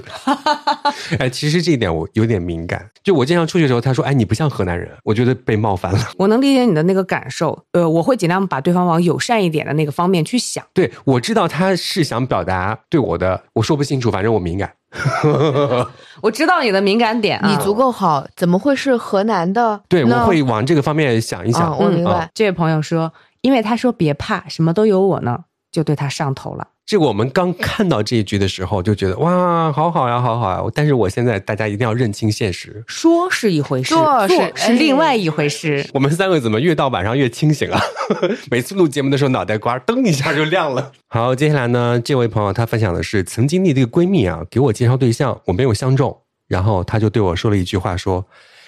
[SPEAKER 1] 哎，其实这一点我有点敏感。就我经常出去的时候，他说：“哎，你不像河南人。”我觉得被冒犯了。
[SPEAKER 2] 我能理解你的那个感受，呃，我会尽量把对方往友善一点的那个方面去想。
[SPEAKER 1] 对我知道他是想表达对我的，我说不清楚，反正我敏感。
[SPEAKER 2] 我知道你的敏感点啊，
[SPEAKER 3] 你足够好，怎么会是河南的呢？
[SPEAKER 1] 对，我会往这个方面想一想。
[SPEAKER 3] 啊，我明
[SPEAKER 1] 嗯
[SPEAKER 3] 白。
[SPEAKER 2] 这位朋友说，因为他说别怕，什么都有我呢，就对他上头了。
[SPEAKER 1] 这个我们刚看到这一局的时候就觉得哇，好好呀，好好呀！但是我现在大家一定要认清现实，
[SPEAKER 2] 说是一回事，做
[SPEAKER 3] 做是
[SPEAKER 2] 是另外一回事。
[SPEAKER 1] 我们三个怎么越到晚上越清醒啊？ 每次录节目的时候脑袋瓜噔一下就亮了。好，接下来呢，这位朋友他分享的是曾经的这个闺蜜啊，给我介绍对象，我没有相中，然后他就对我说了一句话说，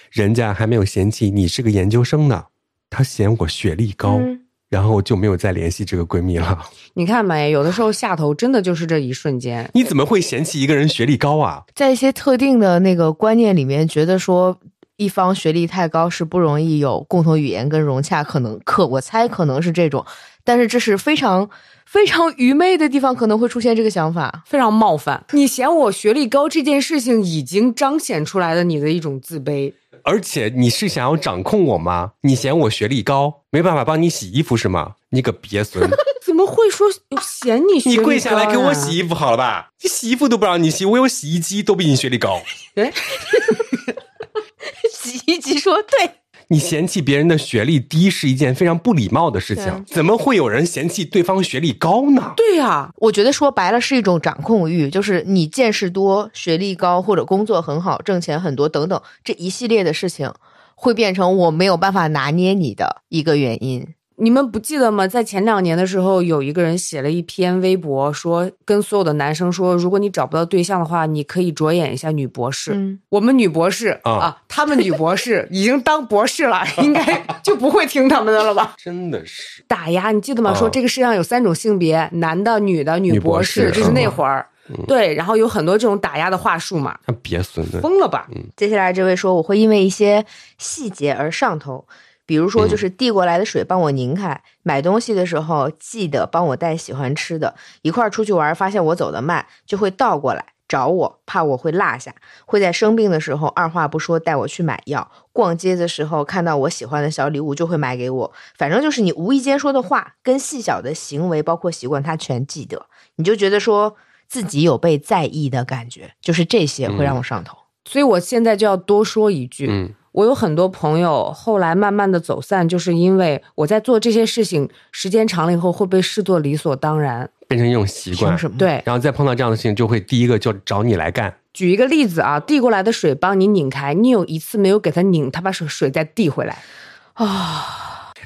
[SPEAKER 1] 人家还没有嫌弃你是个研究生呢，他嫌我学历高，
[SPEAKER 3] 嗯
[SPEAKER 1] 然后就没有再联系这个闺蜜了。
[SPEAKER 2] 你看没，有的时候下头真的就是这一瞬间。
[SPEAKER 1] 你怎么会嫌弃一个人学历高啊？
[SPEAKER 3] 在一些特定的那个观念里面，觉得说一方学历太高是不容易有共同语言跟融洽，可能可我猜可能是这种，但是这是非常非常愚昧的地方，可能会出现这个想法。
[SPEAKER 2] 非常冒犯，你嫌我学历高这件事情已经彰显出来了你的一种自卑。
[SPEAKER 1] 而且你是想要掌控我吗？你嫌我学历高，没办法帮你洗衣服是吗？你个鳖孙！
[SPEAKER 2] 怎么会说嫌你学
[SPEAKER 1] 你
[SPEAKER 2] 历高、啊
[SPEAKER 1] 跪下来给我洗。衣服好了吧？你洗衣服都不让你洗，我有洗衣机，都比你学历高。
[SPEAKER 2] 哎，
[SPEAKER 3] 洗衣机说对，
[SPEAKER 1] 你嫌弃别人的学历低是一件非常不礼貌的事情，怎么会有人嫌弃对方学历高呢？
[SPEAKER 2] 对呀、
[SPEAKER 3] 我觉得说白了是一种掌控欲，就是你见识多、学历高或者工作很好、挣钱很多等等这一系列的事情，会变成我没有办法拿捏你的一个原因。
[SPEAKER 2] 你们不记得吗？在前两年的时候，有一个人写了一篇微博，说跟所有的男生说，如果你找不到对象的话，你可以着眼一下女博士。
[SPEAKER 3] 嗯，
[SPEAKER 2] 我们女博士、
[SPEAKER 1] 啊
[SPEAKER 2] 啊，他们女博 士已经当博士了，应该就不会听他们的了吧？
[SPEAKER 1] 真的是，
[SPEAKER 2] 打压，你记得吗？
[SPEAKER 1] 啊
[SPEAKER 2] 说这个世上有三种性别，男的、女的、女博
[SPEAKER 1] 女
[SPEAKER 2] 士，
[SPEAKER 1] 博士啊嗯
[SPEAKER 2] 就是那会儿。对，然后有很多这种打压的话术嘛，
[SPEAKER 1] 他别孙啊子，
[SPEAKER 2] 疯了吧？
[SPEAKER 3] 接下来这位说，我会因为一些细节而上头，比如说就是递过来的水帮我拧开，买东西的时候记得帮我带喜欢吃的，一块儿出去玩儿发现我走得慢，就会倒过来找我，怕我会落下，会在生病的时候二话不说带我去买药，逛街的时候看到我喜欢的小礼物就会买给我，反正就是你无意间说的话跟细小的行为，包括习惯，他全记得，你就觉得说自己有被在意的感觉，就是这些会让我上头。
[SPEAKER 2] 所以我现在就要多说一句，
[SPEAKER 1] 嗯，
[SPEAKER 2] 我有很多朋友后来慢慢的走散，就是因为我在做这些事情，时间长了以后会被视作理所当然。
[SPEAKER 1] 变成一种习惯
[SPEAKER 3] 凭。什么？
[SPEAKER 2] 对，
[SPEAKER 1] 然后再碰到这样的事情，就会第一个就找你来干。
[SPEAKER 2] 举一个例子啊，递过来的水帮你拧开，你有一次没有给他拧，他把水水再递回来，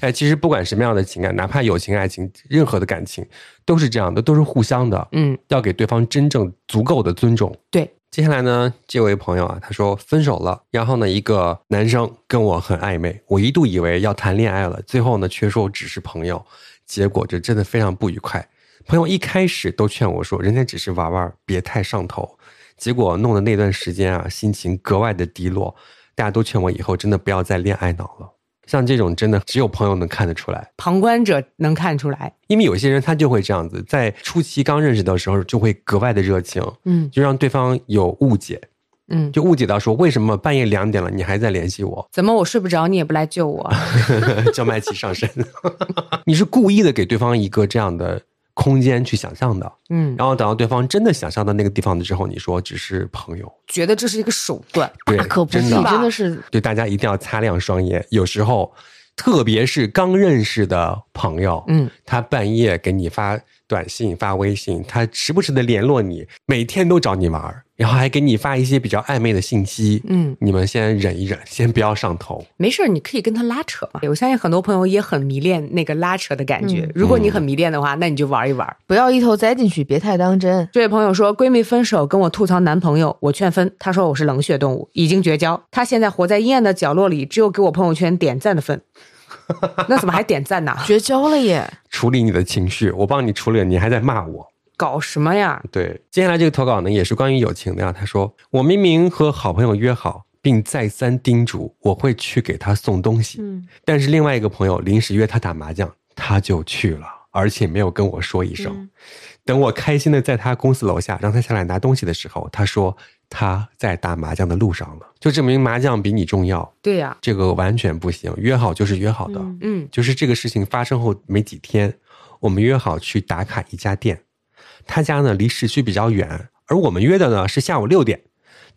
[SPEAKER 1] 哎，其实不管什么样的情感，哪怕友情、爱情，任何的感情都是这样的，都是互相的。
[SPEAKER 2] 嗯，
[SPEAKER 1] 要给对方真正足够的尊重。
[SPEAKER 2] 对，
[SPEAKER 1] 接下来呢，这位朋友啊，他说分手了，然后呢，一个男生跟我很暧昧，我一度以为要谈恋爱了，最后呢，却说只是朋友，结果这真的非常不愉快。朋友一开始都劝我说，人家只是玩玩，别太上头。结果弄的那段时间啊，心情格外的低落，大家都劝我以后真的不要再恋爱脑了。像这种真的只有朋友能看得出来。
[SPEAKER 2] 旁观者能看出来。
[SPEAKER 1] 因为有些人他就会这样子，在初期刚认识的时候就会格外的热情，
[SPEAKER 2] 嗯
[SPEAKER 1] 就让对方有误解，
[SPEAKER 2] 嗯，，
[SPEAKER 1] 就误解到说为什么半夜两点了你还在联系我
[SPEAKER 2] 怎么我睡不着，你也不来救 我？
[SPEAKER 1] 叫麦琪上身， 你是故意的给对方一个这样的空间去想象的，
[SPEAKER 2] 嗯，
[SPEAKER 1] 然后等到对方真的想象到那个地方的之后，你说只是朋友，
[SPEAKER 2] 觉得这是一个手段。
[SPEAKER 1] 对
[SPEAKER 3] 大啊可，不必，
[SPEAKER 1] 真
[SPEAKER 3] 真
[SPEAKER 1] 的
[SPEAKER 3] 的是
[SPEAKER 1] 对大家一定要擦亮双眼，有时候。特别是刚认识的朋友，
[SPEAKER 2] 嗯，
[SPEAKER 1] 他半夜给你发短信、发微信，他时不时的联络你，每天都找你玩儿，然后还给你发一些比较暧昧的信息。
[SPEAKER 2] 嗯，
[SPEAKER 1] 你们先忍一 忍，先不要上头。
[SPEAKER 2] 没事儿，你可以跟他拉扯嘛。我相信很多朋友也很迷恋那个拉扯的感觉。
[SPEAKER 3] 嗯
[SPEAKER 2] 如果你很迷恋的话，那你就玩一玩。
[SPEAKER 3] 不要一头栽进去，别太当真。
[SPEAKER 2] 这位朋友说，闺蜜分手跟我吐槽男朋友，我劝分，她说我是冷血动物，已经绝交。她现在活在阴暗的角落里，只有给我朋友圈点赞的份。那怎么还点 赞呢？
[SPEAKER 3] 绝交了耶！
[SPEAKER 1] 处理你的情绪，我帮你处理了，你还在骂我。
[SPEAKER 2] 搞什么呀？
[SPEAKER 1] 对，接下来这个投稿呢，也是关于友情的啊呀。他说：“我明明和好朋友约好，并再三叮嘱我会去给他送东西，
[SPEAKER 3] 嗯，
[SPEAKER 1] 但是另外一个朋友临时约他打麻将，他就去了，而且没有跟我说一声。
[SPEAKER 3] 嗯
[SPEAKER 1] 等我开心的在他公司楼下让他下来拿东西的时候，他说他在打麻将的路上了，就证明麻将比你重要。
[SPEAKER 2] 对呀、
[SPEAKER 1] 这个完全不行，约好就是约好的。
[SPEAKER 3] 嗯
[SPEAKER 2] 嗯，
[SPEAKER 1] 就是这个事情发生后没几天，我们约好去打卡一家店，他家呢离市区比较远，而我们约的呢是下午六点，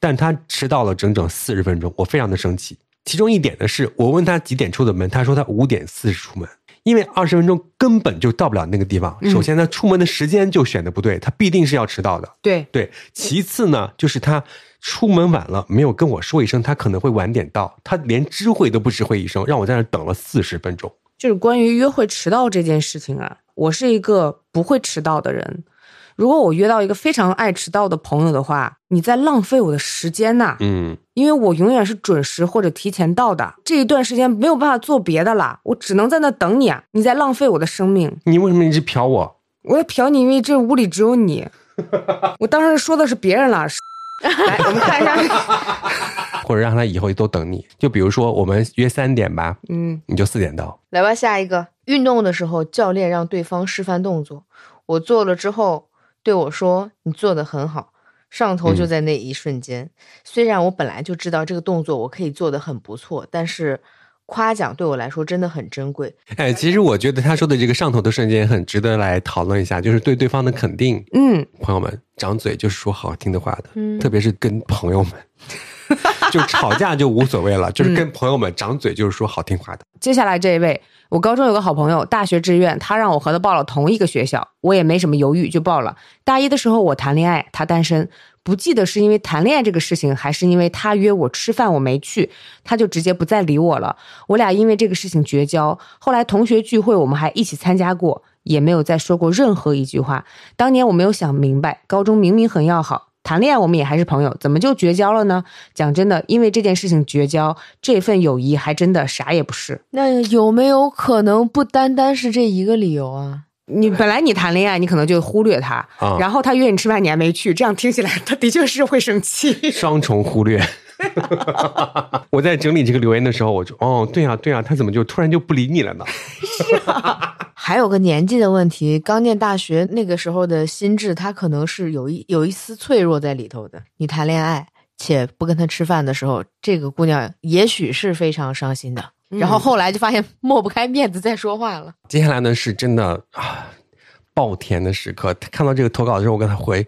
[SPEAKER 1] 但他迟到了整整四十分钟，我非常的生气。其中一点呢是我问他几点出的门，他说他五点四十出门。因为二十分钟根本就到不了那个地方。
[SPEAKER 2] 嗯
[SPEAKER 1] 首先，他出门的时间就选的不对，他必定是要迟到的。
[SPEAKER 2] 对，
[SPEAKER 1] 对，其次呢，就是他出门晚了，没有跟我说一声，他可能会晚点到，他连知会都不知会一声，让我在那儿等了四十分钟。
[SPEAKER 2] 就是关于约会迟到这件事情啊，我是一个不会迟到的人。如果我约到一个非常爱迟到的朋友的话，你在浪费我的时间呐、
[SPEAKER 1] 嗯，
[SPEAKER 2] 因为我永远是准时或者提前到的，这一段时间没有办法做别的啦，我只能在那等你啊！你在浪费我的生命，
[SPEAKER 1] 你为什么一直瞟我？
[SPEAKER 2] 我要瞟你，因为这屋里只有你。我当时说的是别人啦，是来，我们看一下，
[SPEAKER 1] 或者让他以后都等你？就比如说我们约三点吧，
[SPEAKER 2] 嗯，
[SPEAKER 1] 你就四点到。
[SPEAKER 3] 来吧，下一个。运动的时候，教练让对方示范动作，我做了之后，对我说：“你做的很好。”上头
[SPEAKER 1] 嗯
[SPEAKER 3] 就在那一瞬间。虽然我本来就知道这个动作我可以做的很不错，但是夸奖对我来说真的很珍贵。
[SPEAKER 1] 哎，其实我觉得他说的这个上头的瞬间很值得来讨论一下，就是对对方的肯定。
[SPEAKER 2] 嗯，
[SPEAKER 1] 朋友们，张嘴就是说好听的话的，
[SPEAKER 3] 嗯
[SPEAKER 1] 特别是跟朋友们， 就吵架就无所谓了，就是跟朋友们张嘴就是说好听话的。
[SPEAKER 2] 接下来这一位，我高中有个好朋友，大学志愿，他让我和他报了同一个学校，我也没什么犹豫就报了。大一的时候我谈恋爱，他单身，不记得是因为谈恋爱这个事情，还是因为他约我吃饭我没去，他就直接不再理我了。我俩因为这个事情绝交。后来同学聚会我们还一起参加过，也没有再说过任何一句话。当年我没有想明白，高中明明很要好。谈恋爱我们也还是朋友，怎么就绝交了呢？讲真的，因为这件事情绝交，这份友谊还真的啥也不是。
[SPEAKER 3] 那有没有可能不单单是这一个理由啊？
[SPEAKER 2] 你本来你谈恋爱，你可能就忽略他，
[SPEAKER 1] 啊
[SPEAKER 2] 然后他约你吃饭，你还没去，这样听起来他的确是会 生气。
[SPEAKER 1] 双重忽略。我在整理这个留言的时候，我就哦，对啊，对啊，他怎么就突然就不理你了呢？
[SPEAKER 3] 还有个年纪的问题，刚念大学那个时候的心智，他可能是有一有一丝脆弱在里头的。你谈恋爱且不跟他吃饭的时候，这个姑娘也许是非常伤心的。然后后来就发现 抹不开面子再说话了。
[SPEAKER 1] 接下来呢是真的啊，爆甜的时刻。他看到这个投稿的时候，我跟他回：“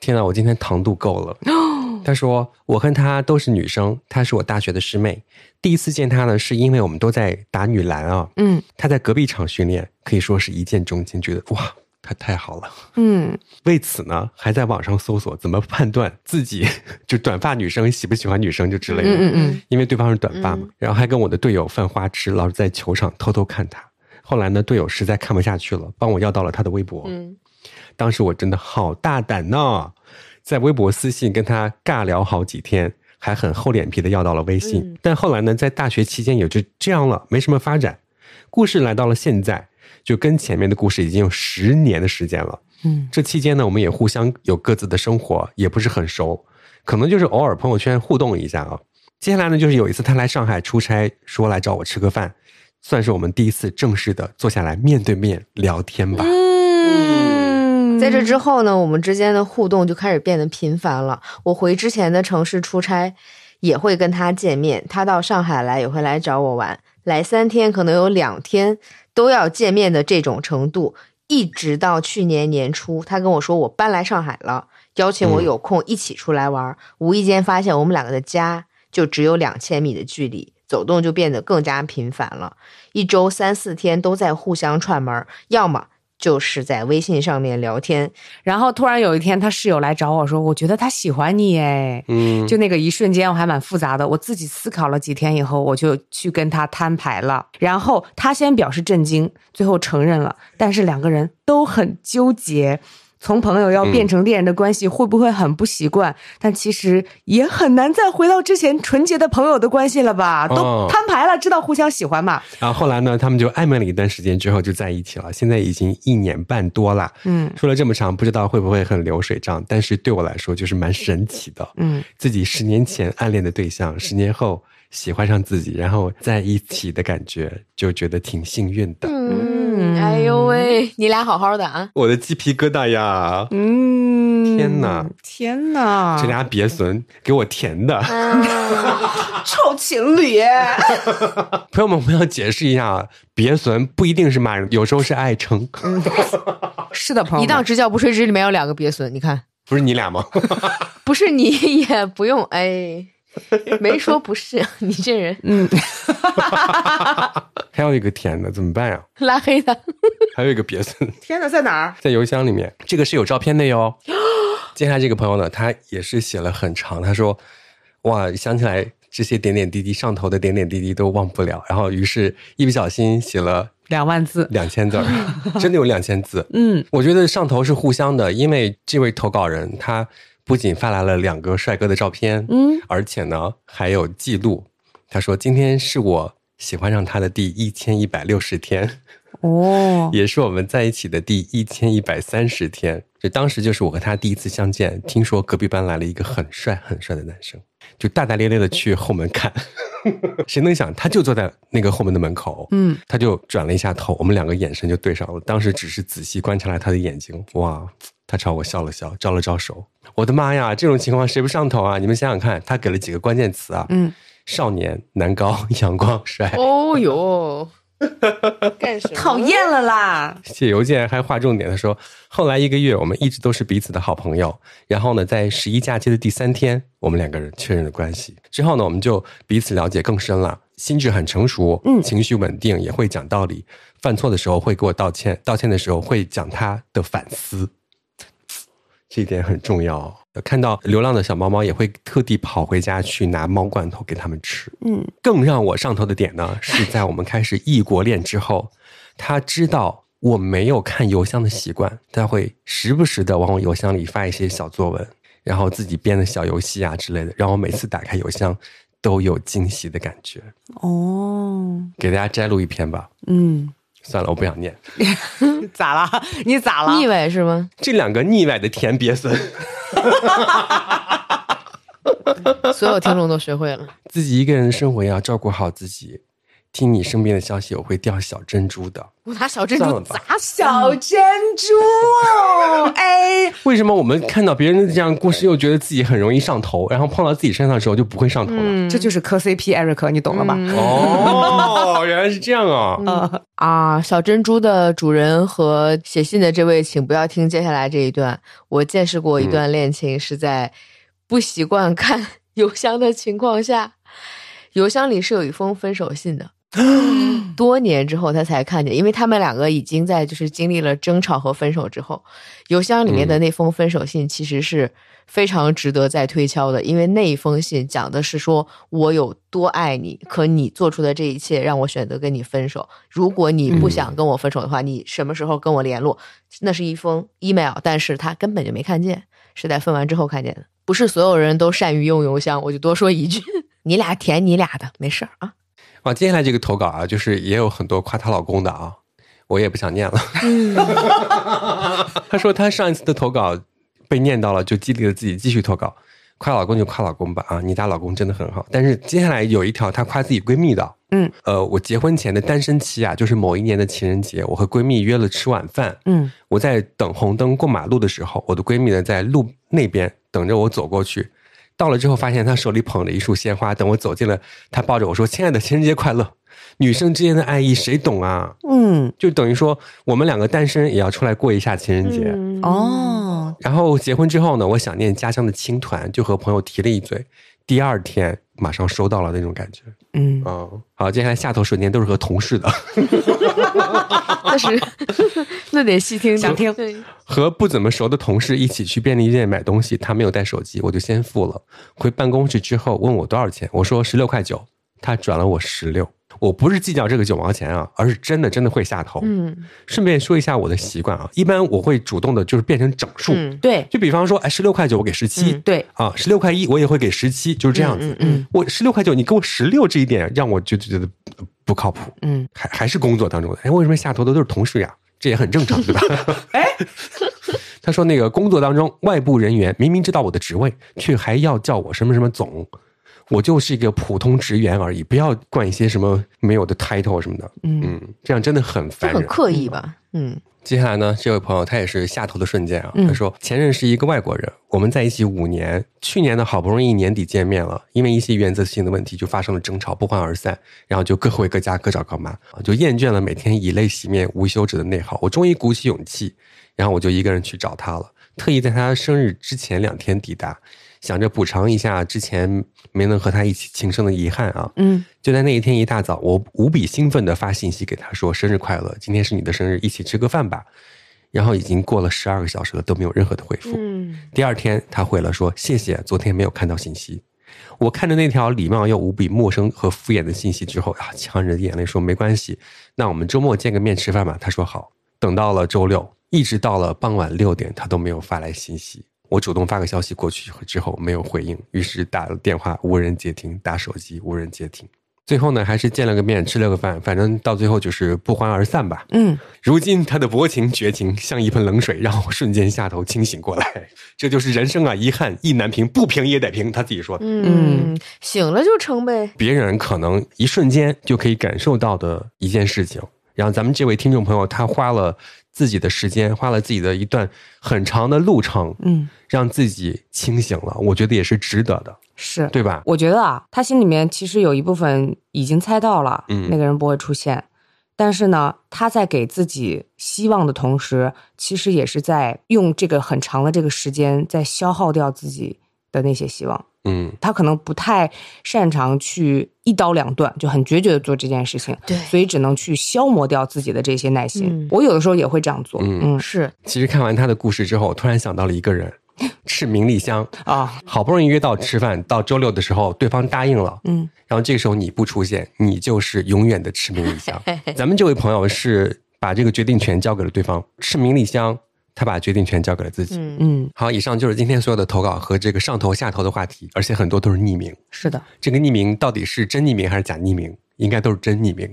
[SPEAKER 1] 天呐，我今天糖度够了。”
[SPEAKER 2] 哦
[SPEAKER 1] 他说：“我跟她都是女生，她是我大学的师妹。第一次见她呢，是因为我们都在打女篮啊。
[SPEAKER 2] 嗯
[SPEAKER 1] 她在隔壁场训练，可以说是一见钟情，觉得哇，她太好了。
[SPEAKER 2] 嗯，
[SPEAKER 1] 为此呢，还在网上搜索怎么判断自己就短发女生喜不喜欢女生就之类的。
[SPEAKER 2] 嗯嗯嗯，
[SPEAKER 1] 因为对方是短发嘛
[SPEAKER 3] 嗯，
[SPEAKER 1] 然后还跟我的队友犯花痴，老是在球场偷偷看他。后来呢，队友实在看不下去了，帮我要到了他的微博。
[SPEAKER 3] 嗯，
[SPEAKER 1] 当时我真的好大胆呐、在微博私信跟他尬聊好几天，还很厚脸皮的要到了微信。
[SPEAKER 3] 嗯
[SPEAKER 1] 但后来呢，在大学期间也就这样了，没什么发展。故事来到了现在，就跟前面的故事已经有十年的时间了。
[SPEAKER 2] 嗯，
[SPEAKER 1] 这期间呢，我们也互相有各自的生活，也不是很熟，可能就是偶尔朋友圈互动一下啊。接下来呢，就是有一次他来上海出差，说来找我吃个饭，算是我们第一次正式的坐下来面对面聊天吧。
[SPEAKER 3] 嗯在
[SPEAKER 5] 嗯
[SPEAKER 3] 这之后呢，我们之间的互动就开始变得频繁了。我回之前的城市出差，也会跟他见面；他到上海来也会来找我玩，来三天可能有两天都要见面的这种程度。一直到去年年初，他跟我说我搬来上海了，邀请我
[SPEAKER 1] 嗯
[SPEAKER 3] 有空一起出来玩。无意间发现我们两个的家就只有两千米的距离，走动就变得更加频繁了。一周三四天都在互相串门儿，要么就是在微信上面聊天，
[SPEAKER 2] 然后突然有一天，他室友来找我说，我觉得他喜欢你哎。
[SPEAKER 1] 嗯，
[SPEAKER 2] 就那个一瞬间，我还蛮复杂的。我自己思考了几天以后，我就去跟他摊牌了。然后他先表示震惊，最后承认了。但是两个人都很纠结，从朋友要
[SPEAKER 1] 嗯
[SPEAKER 2] 变成恋人的关系，会不会很不习惯？但其实也很难再回到之前纯洁的朋友的关系了吧？
[SPEAKER 1] 哦
[SPEAKER 2] 都摊牌了，知道互相喜欢嘛？
[SPEAKER 1] 然后后来呢，他们就暧昧了一段时间之后就在一起了，现在已经一年半多了。
[SPEAKER 2] 嗯
[SPEAKER 1] 说了这么长，不知道会不会很流水账，但是对我来说就是蛮神奇的。
[SPEAKER 2] 嗯，
[SPEAKER 1] 自己十年前暗恋的对象，十年后喜欢上自己，然后在一起的感觉，就觉得挺幸运的。
[SPEAKER 2] 嗯
[SPEAKER 3] 哎呦喂，你俩好好的啊！
[SPEAKER 1] 我的鸡皮疙瘩呀！
[SPEAKER 2] 嗯，
[SPEAKER 1] 天哪，
[SPEAKER 2] 天哪，
[SPEAKER 1] 这俩瘪损给我甜的，
[SPEAKER 2] 嗯臭情侣，
[SPEAKER 1] 朋友们，我们要解释一下，啊，瘪损不一定是骂人，有时候是爱称。
[SPEAKER 2] 嗯是的，朋友
[SPEAKER 3] 一
[SPEAKER 2] 们，
[SPEAKER 3] 档直角不垂直里面有两个瘪损，你看，
[SPEAKER 1] 不是你俩 吗？
[SPEAKER 3] 不是你 也不用 哎，没说不是，你这人
[SPEAKER 2] 嗯，
[SPEAKER 1] 还有一个甜的，怎么办呀？
[SPEAKER 3] 拉黑他。
[SPEAKER 1] 还有一个别的，
[SPEAKER 9] 天哪，在哪儿？
[SPEAKER 1] 在邮箱里面，这个是有照片的哟。接下来这个朋友呢，他也是写了很长，他说：“哇，想起来这些点点滴滴上头的点点滴滴都忘不了。”然后于是，一不小心写了
[SPEAKER 2] 两万字，
[SPEAKER 1] 两千字儿，真的有两千字。
[SPEAKER 2] 嗯，
[SPEAKER 1] 我觉得上头是互相的，因为这位投稿人他不仅发来了两个帅哥的照片，
[SPEAKER 2] 嗯，
[SPEAKER 1] 而且呢还有记录。他说：“今天是我喜欢上他的第一千一百六十天。”
[SPEAKER 2] 哦，
[SPEAKER 1] 也是我们在一起的第一千一百三十天。就当时就是我和他第一次相见，听说隔壁班来了一个很帅很帅的男生，就大大咧咧的去后门看。 谁能想，他就坐在那个后门的门口，
[SPEAKER 2] 嗯，
[SPEAKER 1] 他就转了一下头，我们两个眼神就对上了。当时只是仔细观察了他的眼睛，哇，他朝我笑了笑，招了招手。我的妈呀，这种情况谁不上头啊？你们想想看，他给了几个关键词啊？
[SPEAKER 2] 嗯，
[SPEAKER 1] 少年、男高、阳光、帅。
[SPEAKER 3] 哦哟，干什么？
[SPEAKER 2] 讨厌了啦！
[SPEAKER 1] 写邮件还划重点，他说后来一个月我们一直都是彼此的好朋友。然后呢，在十一假期的第三天，我们两个人确认了关系。之后呢，我们就彼此了解更深了，心智很成熟，
[SPEAKER 2] 嗯
[SPEAKER 1] 情绪稳定，也会讲道理。犯错的时候会给我道歉，道歉的时候会讲他的反思，这一点很重要哦。看到流浪的小猫猫，也会特地跑回家去拿猫罐头给它们吃。
[SPEAKER 2] 嗯，
[SPEAKER 1] 更让我上头的点呢，是在我们开始异国恋之后，他知道我没有看邮箱的习惯，他会时不时的往我邮箱里发一些小作文，然后自己编的小游戏啊之类的，让我每次打开邮箱都有惊喜的感觉。
[SPEAKER 2] 哦，
[SPEAKER 1] 给大家摘录一篇吧，
[SPEAKER 2] 嗯，
[SPEAKER 1] 算了，我不想念。
[SPEAKER 2] 咋了？ 你咋了？
[SPEAKER 3] 腻歪是吗？
[SPEAKER 1] 这两个腻歪的田别森，
[SPEAKER 3] 所有听众都学会了。
[SPEAKER 1] 自己一个人生活也要照顾好自己。听你身边的消息，我会掉小珍珠的。
[SPEAKER 3] 我拿小珍
[SPEAKER 1] 算了
[SPEAKER 3] 珠
[SPEAKER 1] 吧
[SPEAKER 3] 砸死
[SPEAKER 2] 小珍珠哦，哎，
[SPEAKER 1] 为什么我们看到别人的这样的故事，又觉得自己很容易上头，然后碰到自己身上的时候就不会上头了？
[SPEAKER 3] 嗯
[SPEAKER 2] 这就是磕 CP Eric，你懂了吧？
[SPEAKER 1] 哦，原来是这样啊！
[SPEAKER 3] 啊！小珍珠的主人和写信的这位，请不要听接下来这一段。我见识过一段恋情是在不习惯看 邮箱的情况下，邮箱里是有一封分手信的。多年之后他才看见，因为他们两个已经在就是经历了争吵和分手之后，邮箱里面的那封分手信其实是非常值得再推敲的，因为那一封信讲的是说我有多爱你，可你做出的这一切让我选择跟你分手。如果你不想跟我分手的话，你什么时候跟我联络？那是一封 email，但是他根本就没看见，是在分完之后看见的。不是所有人都善于用邮箱，我就多说一句，你俩填你俩的，没事儿啊。
[SPEAKER 1] 啊，接下来这个投稿啊，就是也有很多夸她老公的啊，我也不想念了。 她说她上一次的投稿被念到了，就激励了自己继续投稿。夸老公就夸老公吧啊，你家老公真的很好。但是接下来有一条她夸自己闺蜜的，
[SPEAKER 2] 嗯，
[SPEAKER 1] 呃，我结婚前的单身期啊，就是某一年的情人节，我和闺蜜约了吃晚饭，
[SPEAKER 2] 嗯，
[SPEAKER 1] 我在等红灯过马路的时候，我的闺蜜呢在路那边等着我走过去。到了之后，发现她手里捧着一束鲜花。等我走近了，她抱着我说：“亲爱的，情人节快乐！”女生之间的爱意谁懂啊？
[SPEAKER 2] 嗯，
[SPEAKER 1] 就等于说我们两个单身也要出来过一下情人节。
[SPEAKER 2] 嗯哦，
[SPEAKER 1] 然后结婚之后呢，我想念家乡的青团，就和朋友提了一嘴。第二天马上收到了那种感觉。
[SPEAKER 2] 嗯，
[SPEAKER 1] 嗯，好，接下来下头瞬间都是和同事的。
[SPEAKER 3] 那是 那得细听，
[SPEAKER 2] 想听
[SPEAKER 3] 对
[SPEAKER 1] 和不怎么熟的同事一起去便利店买东西，他没有带手机，我就先付了。回办公室之后问我多少钱，我说十六块九，他转了我十六。我不是计较这个九毛钱啊，而是真的真的会下头。
[SPEAKER 3] 嗯
[SPEAKER 1] 顺便说一下我的习惯啊，一般我会主动的就是变成整数，
[SPEAKER 3] 嗯
[SPEAKER 2] 对
[SPEAKER 1] 就比方说，哎，十六块九我给十七、
[SPEAKER 3] 嗯
[SPEAKER 2] 对，
[SPEAKER 1] 啊，十六块一我也会给十七，就是这样子。
[SPEAKER 3] 嗯嗯
[SPEAKER 1] 我十六块九，你给我十六，这一点让我就觉得呃不靠谱。
[SPEAKER 2] 嗯，
[SPEAKER 1] 还还是工作当中的。哎，为什么下头的都是同事呀？这也很正常，对吧？哎，他说那个工作当中，外部人员明明知道我的职位，却还要叫我什么什么总，我就是一个普通职员而已，不要冠一些什么没有的 title 什么的。
[SPEAKER 2] 嗯
[SPEAKER 1] 嗯，这样真的很
[SPEAKER 3] 就
[SPEAKER 1] 烦
[SPEAKER 3] 很
[SPEAKER 1] 人。
[SPEAKER 3] 刻意吧？嗯，
[SPEAKER 1] 接下来呢，这位朋友他也是下头的瞬间啊，
[SPEAKER 2] 嗯
[SPEAKER 1] 他说前任是一个外国人，我们在一起五年，去年呢好不容易年底见面了，因为一些原则性的问题就发生了争吵，不欢而散，然后就各回各家，各找各妈，啊就厌倦了每天以泪洗面、无休止的内耗。我终于鼓起勇气，然后我就一个人去找他了，特意在他生日之前两天抵达。想着补偿一下之前没能和他一起庆生的遗憾啊。
[SPEAKER 2] 嗯，
[SPEAKER 1] 就在那一天一大早，我无比兴奋地发信息给他说：“生日快乐，今天是你的生日，一起吃个饭吧。”然后已经过了十二个小时了，都没有任何的回复。
[SPEAKER 2] 嗯，
[SPEAKER 1] 第二天他回了说：“谢谢，昨天没有看到信息。”我看着那条礼貌又无比陌生和敷衍的信息之后啊，呛着眼泪说：“没关系，那我们周末见个面吃饭吧。”他说好。等到了周六，一直到了傍晚六点，他都没有发来信息。我主动发个消息过去之后没有回应，于是打了电话无人接听，打手机无人接听。最后呢，还是见了个面，吃了个饭，反正到最后就是不欢而散吧。
[SPEAKER 2] 嗯，
[SPEAKER 1] 如今他的薄情绝情像一盆冷水，让我瞬间下头清醒过来。这就是人生啊，遗憾意难平，不平也得平。他自己说的，
[SPEAKER 3] 嗯，醒了就成呗。
[SPEAKER 1] 别人可能一瞬间就可以感受到的一件事情。然后咱们这位听众朋友，他花了自己的时间，花了自己的一段很长的路程，
[SPEAKER 2] 嗯，
[SPEAKER 1] 让自己清醒了，我觉得也是值得的，
[SPEAKER 2] 是。
[SPEAKER 1] 对吧？
[SPEAKER 2] 我觉得啊，他心里面其实有一部分已经猜到了，
[SPEAKER 1] 嗯
[SPEAKER 2] 那个人不会出现。但是呢，他在给自己希望的同时，其实也是在用这个很长的这个时间，在消耗掉自己的那些希望。
[SPEAKER 1] 嗯，
[SPEAKER 2] 他可能不太擅长去一刀两断，就很决绝的做这件事情，
[SPEAKER 3] 对
[SPEAKER 2] 所以只能去消磨掉自己的这些耐心。
[SPEAKER 3] 嗯
[SPEAKER 2] 我有的时候也会这样做，
[SPEAKER 1] 嗯
[SPEAKER 2] 嗯
[SPEAKER 3] 是，
[SPEAKER 1] 其实看完他的故事之后，我突然想到了一个人，赤名丽香，
[SPEAKER 2] 啊，
[SPEAKER 1] 好不容易约到吃饭，到周六的时候，对方答应了，
[SPEAKER 2] 嗯
[SPEAKER 1] 然后这个时候你不出现，你就是永远的赤名丽香。咱们这位朋友是把这个决定权交给了对方，赤名丽香他把决定权交给了自己。
[SPEAKER 3] 嗯，
[SPEAKER 2] 嗯，
[SPEAKER 1] 好，以上就是今天所有的投稿和这个上头下头的话题，而且很多都是匿名。
[SPEAKER 2] 是的，
[SPEAKER 1] 这个匿名到底是真匿名还是假匿名？应该都是真匿名。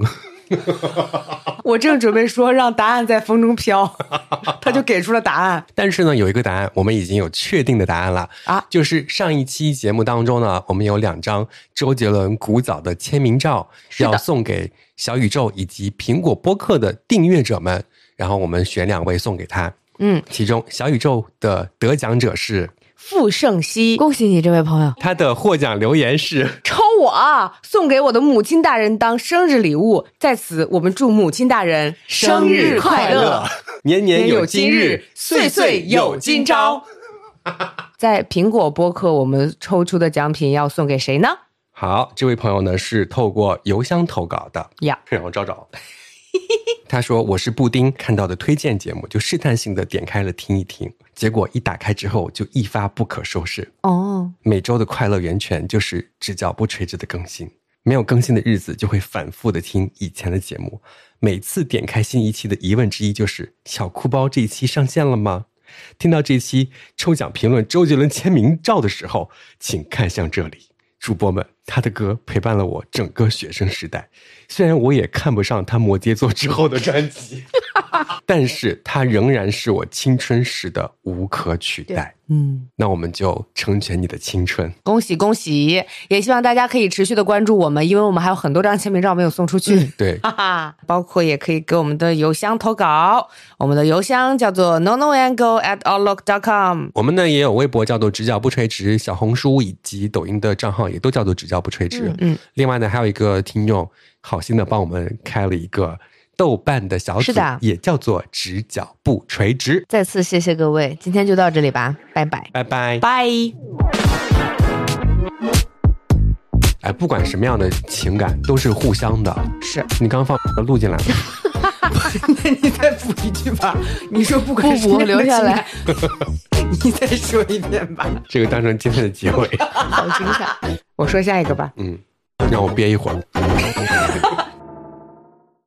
[SPEAKER 2] 我正准备说让答案在风中飘， 他就给出了答案。
[SPEAKER 1] 但是呢，有一个答案，我们已经有确定的答案了
[SPEAKER 2] 啊
[SPEAKER 1] 就是上一期节目当中呢，我们有两张周杰伦古早的签名照要送给小宇宙以及苹果播客的订阅者们，然后我们选两位送给他。
[SPEAKER 2] 嗯，
[SPEAKER 1] 其中小宇宙的得奖者是
[SPEAKER 2] 傅盛熙
[SPEAKER 3] 恭喜你这位朋友，
[SPEAKER 1] 他的获奖留言是
[SPEAKER 2] 抽我啊，送给我的母亲大人当生日礼物，在此我们祝母亲大人生日快乐。，
[SPEAKER 1] 年年
[SPEAKER 2] 年有
[SPEAKER 1] 有
[SPEAKER 2] 今
[SPEAKER 1] 今
[SPEAKER 2] 日
[SPEAKER 1] 日，
[SPEAKER 2] 岁
[SPEAKER 1] 岁
[SPEAKER 2] 岁
[SPEAKER 1] 岁
[SPEAKER 2] 有
[SPEAKER 1] 有
[SPEAKER 2] 今
[SPEAKER 1] 今
[SPEAKER 2] 朝
[SPEAKER 1] 朝。
[SPEAKER 2] 在苹果播客，我们抽出的奖品要送给谁呢？
[SPEAKER 1] 好，这位朋友呢是透过邮箱投稿的
[SPEAKER 2] 呀，
[SPEAKER 1] 让我找找。 他说我是布丁，看到的推荐节目就试探性的点开了听一听，结果一打开之后就一发不可收拾。
[SPEAKER 2] 哦，
[SPEAKER 1] 每周的快乐源泉就是只脚不垂直的更新，没有更新的日子就会反复的听以前的节目。每次点开新一期的疑问之一就是：小哭包这一期上线了吗？听到这期抽奖评论周杰伦签名照的时候，请看向这里。主播们，他的歌陪伴了我整个学生时代，虽然我也看不上他摩羯座之后的专辑，但是他仍然是我青春时的无可取代。
[SPEAKER 2] 嗯，
[SPEAKER 1] 那我们就成全你的青春。
[SPEAKER 2] 恭喜恭喜！也希望大家可以持续的关注我们，因为我们还有很多张签名照没有送出去。
[SPEAKER 1] 对，
[SPEAKER 2] 哈哈，包括也可以给我们的邮箱投稿，我们的邮箱叫做 no no and go at outlook dot com。
[SPEAKER 1] 我们呢也有微博叫做“直角不垂直”，小红书以及抖音的账号也都叫做“直角不垂直”
[SPEAKER 2] 嗯嗯
[SPEAKER 1] 另外呢，还有一个听众好心的帮我们开了一个豆瓣的小组，
[SPEAKER 2] 是的
[SPEAKER 1] 也叫做“直角不垂直
[SPEAKER 3] 再次谢谢各位，今天就到这里吧，拜拜”。。
[SPEAKER 1] 拜拜。
[SPEAKER 2] 拜。
[SPEAKER 1] 哎，不管什么样的情感都是互相的。
[SPEAKER 2] 是，
[SPEAKER 1] 你刚放录进来了，
[SPEAKER 2] 那你再补一句吧。你说不
[SPEAKER 3] 不
[SPEAKER 2] 管
[SPEAKER 3] 补留下 来，
[SPEAKER 2] 你再说一遍吧。
[SPEAKER 1] 这个当成今天的结尾。
[SPEAKER 3] 好精彩。
[SPEAKER 2] 我说下一个吧。
[SPEAKER 1] 嗯，让我憋一会儿。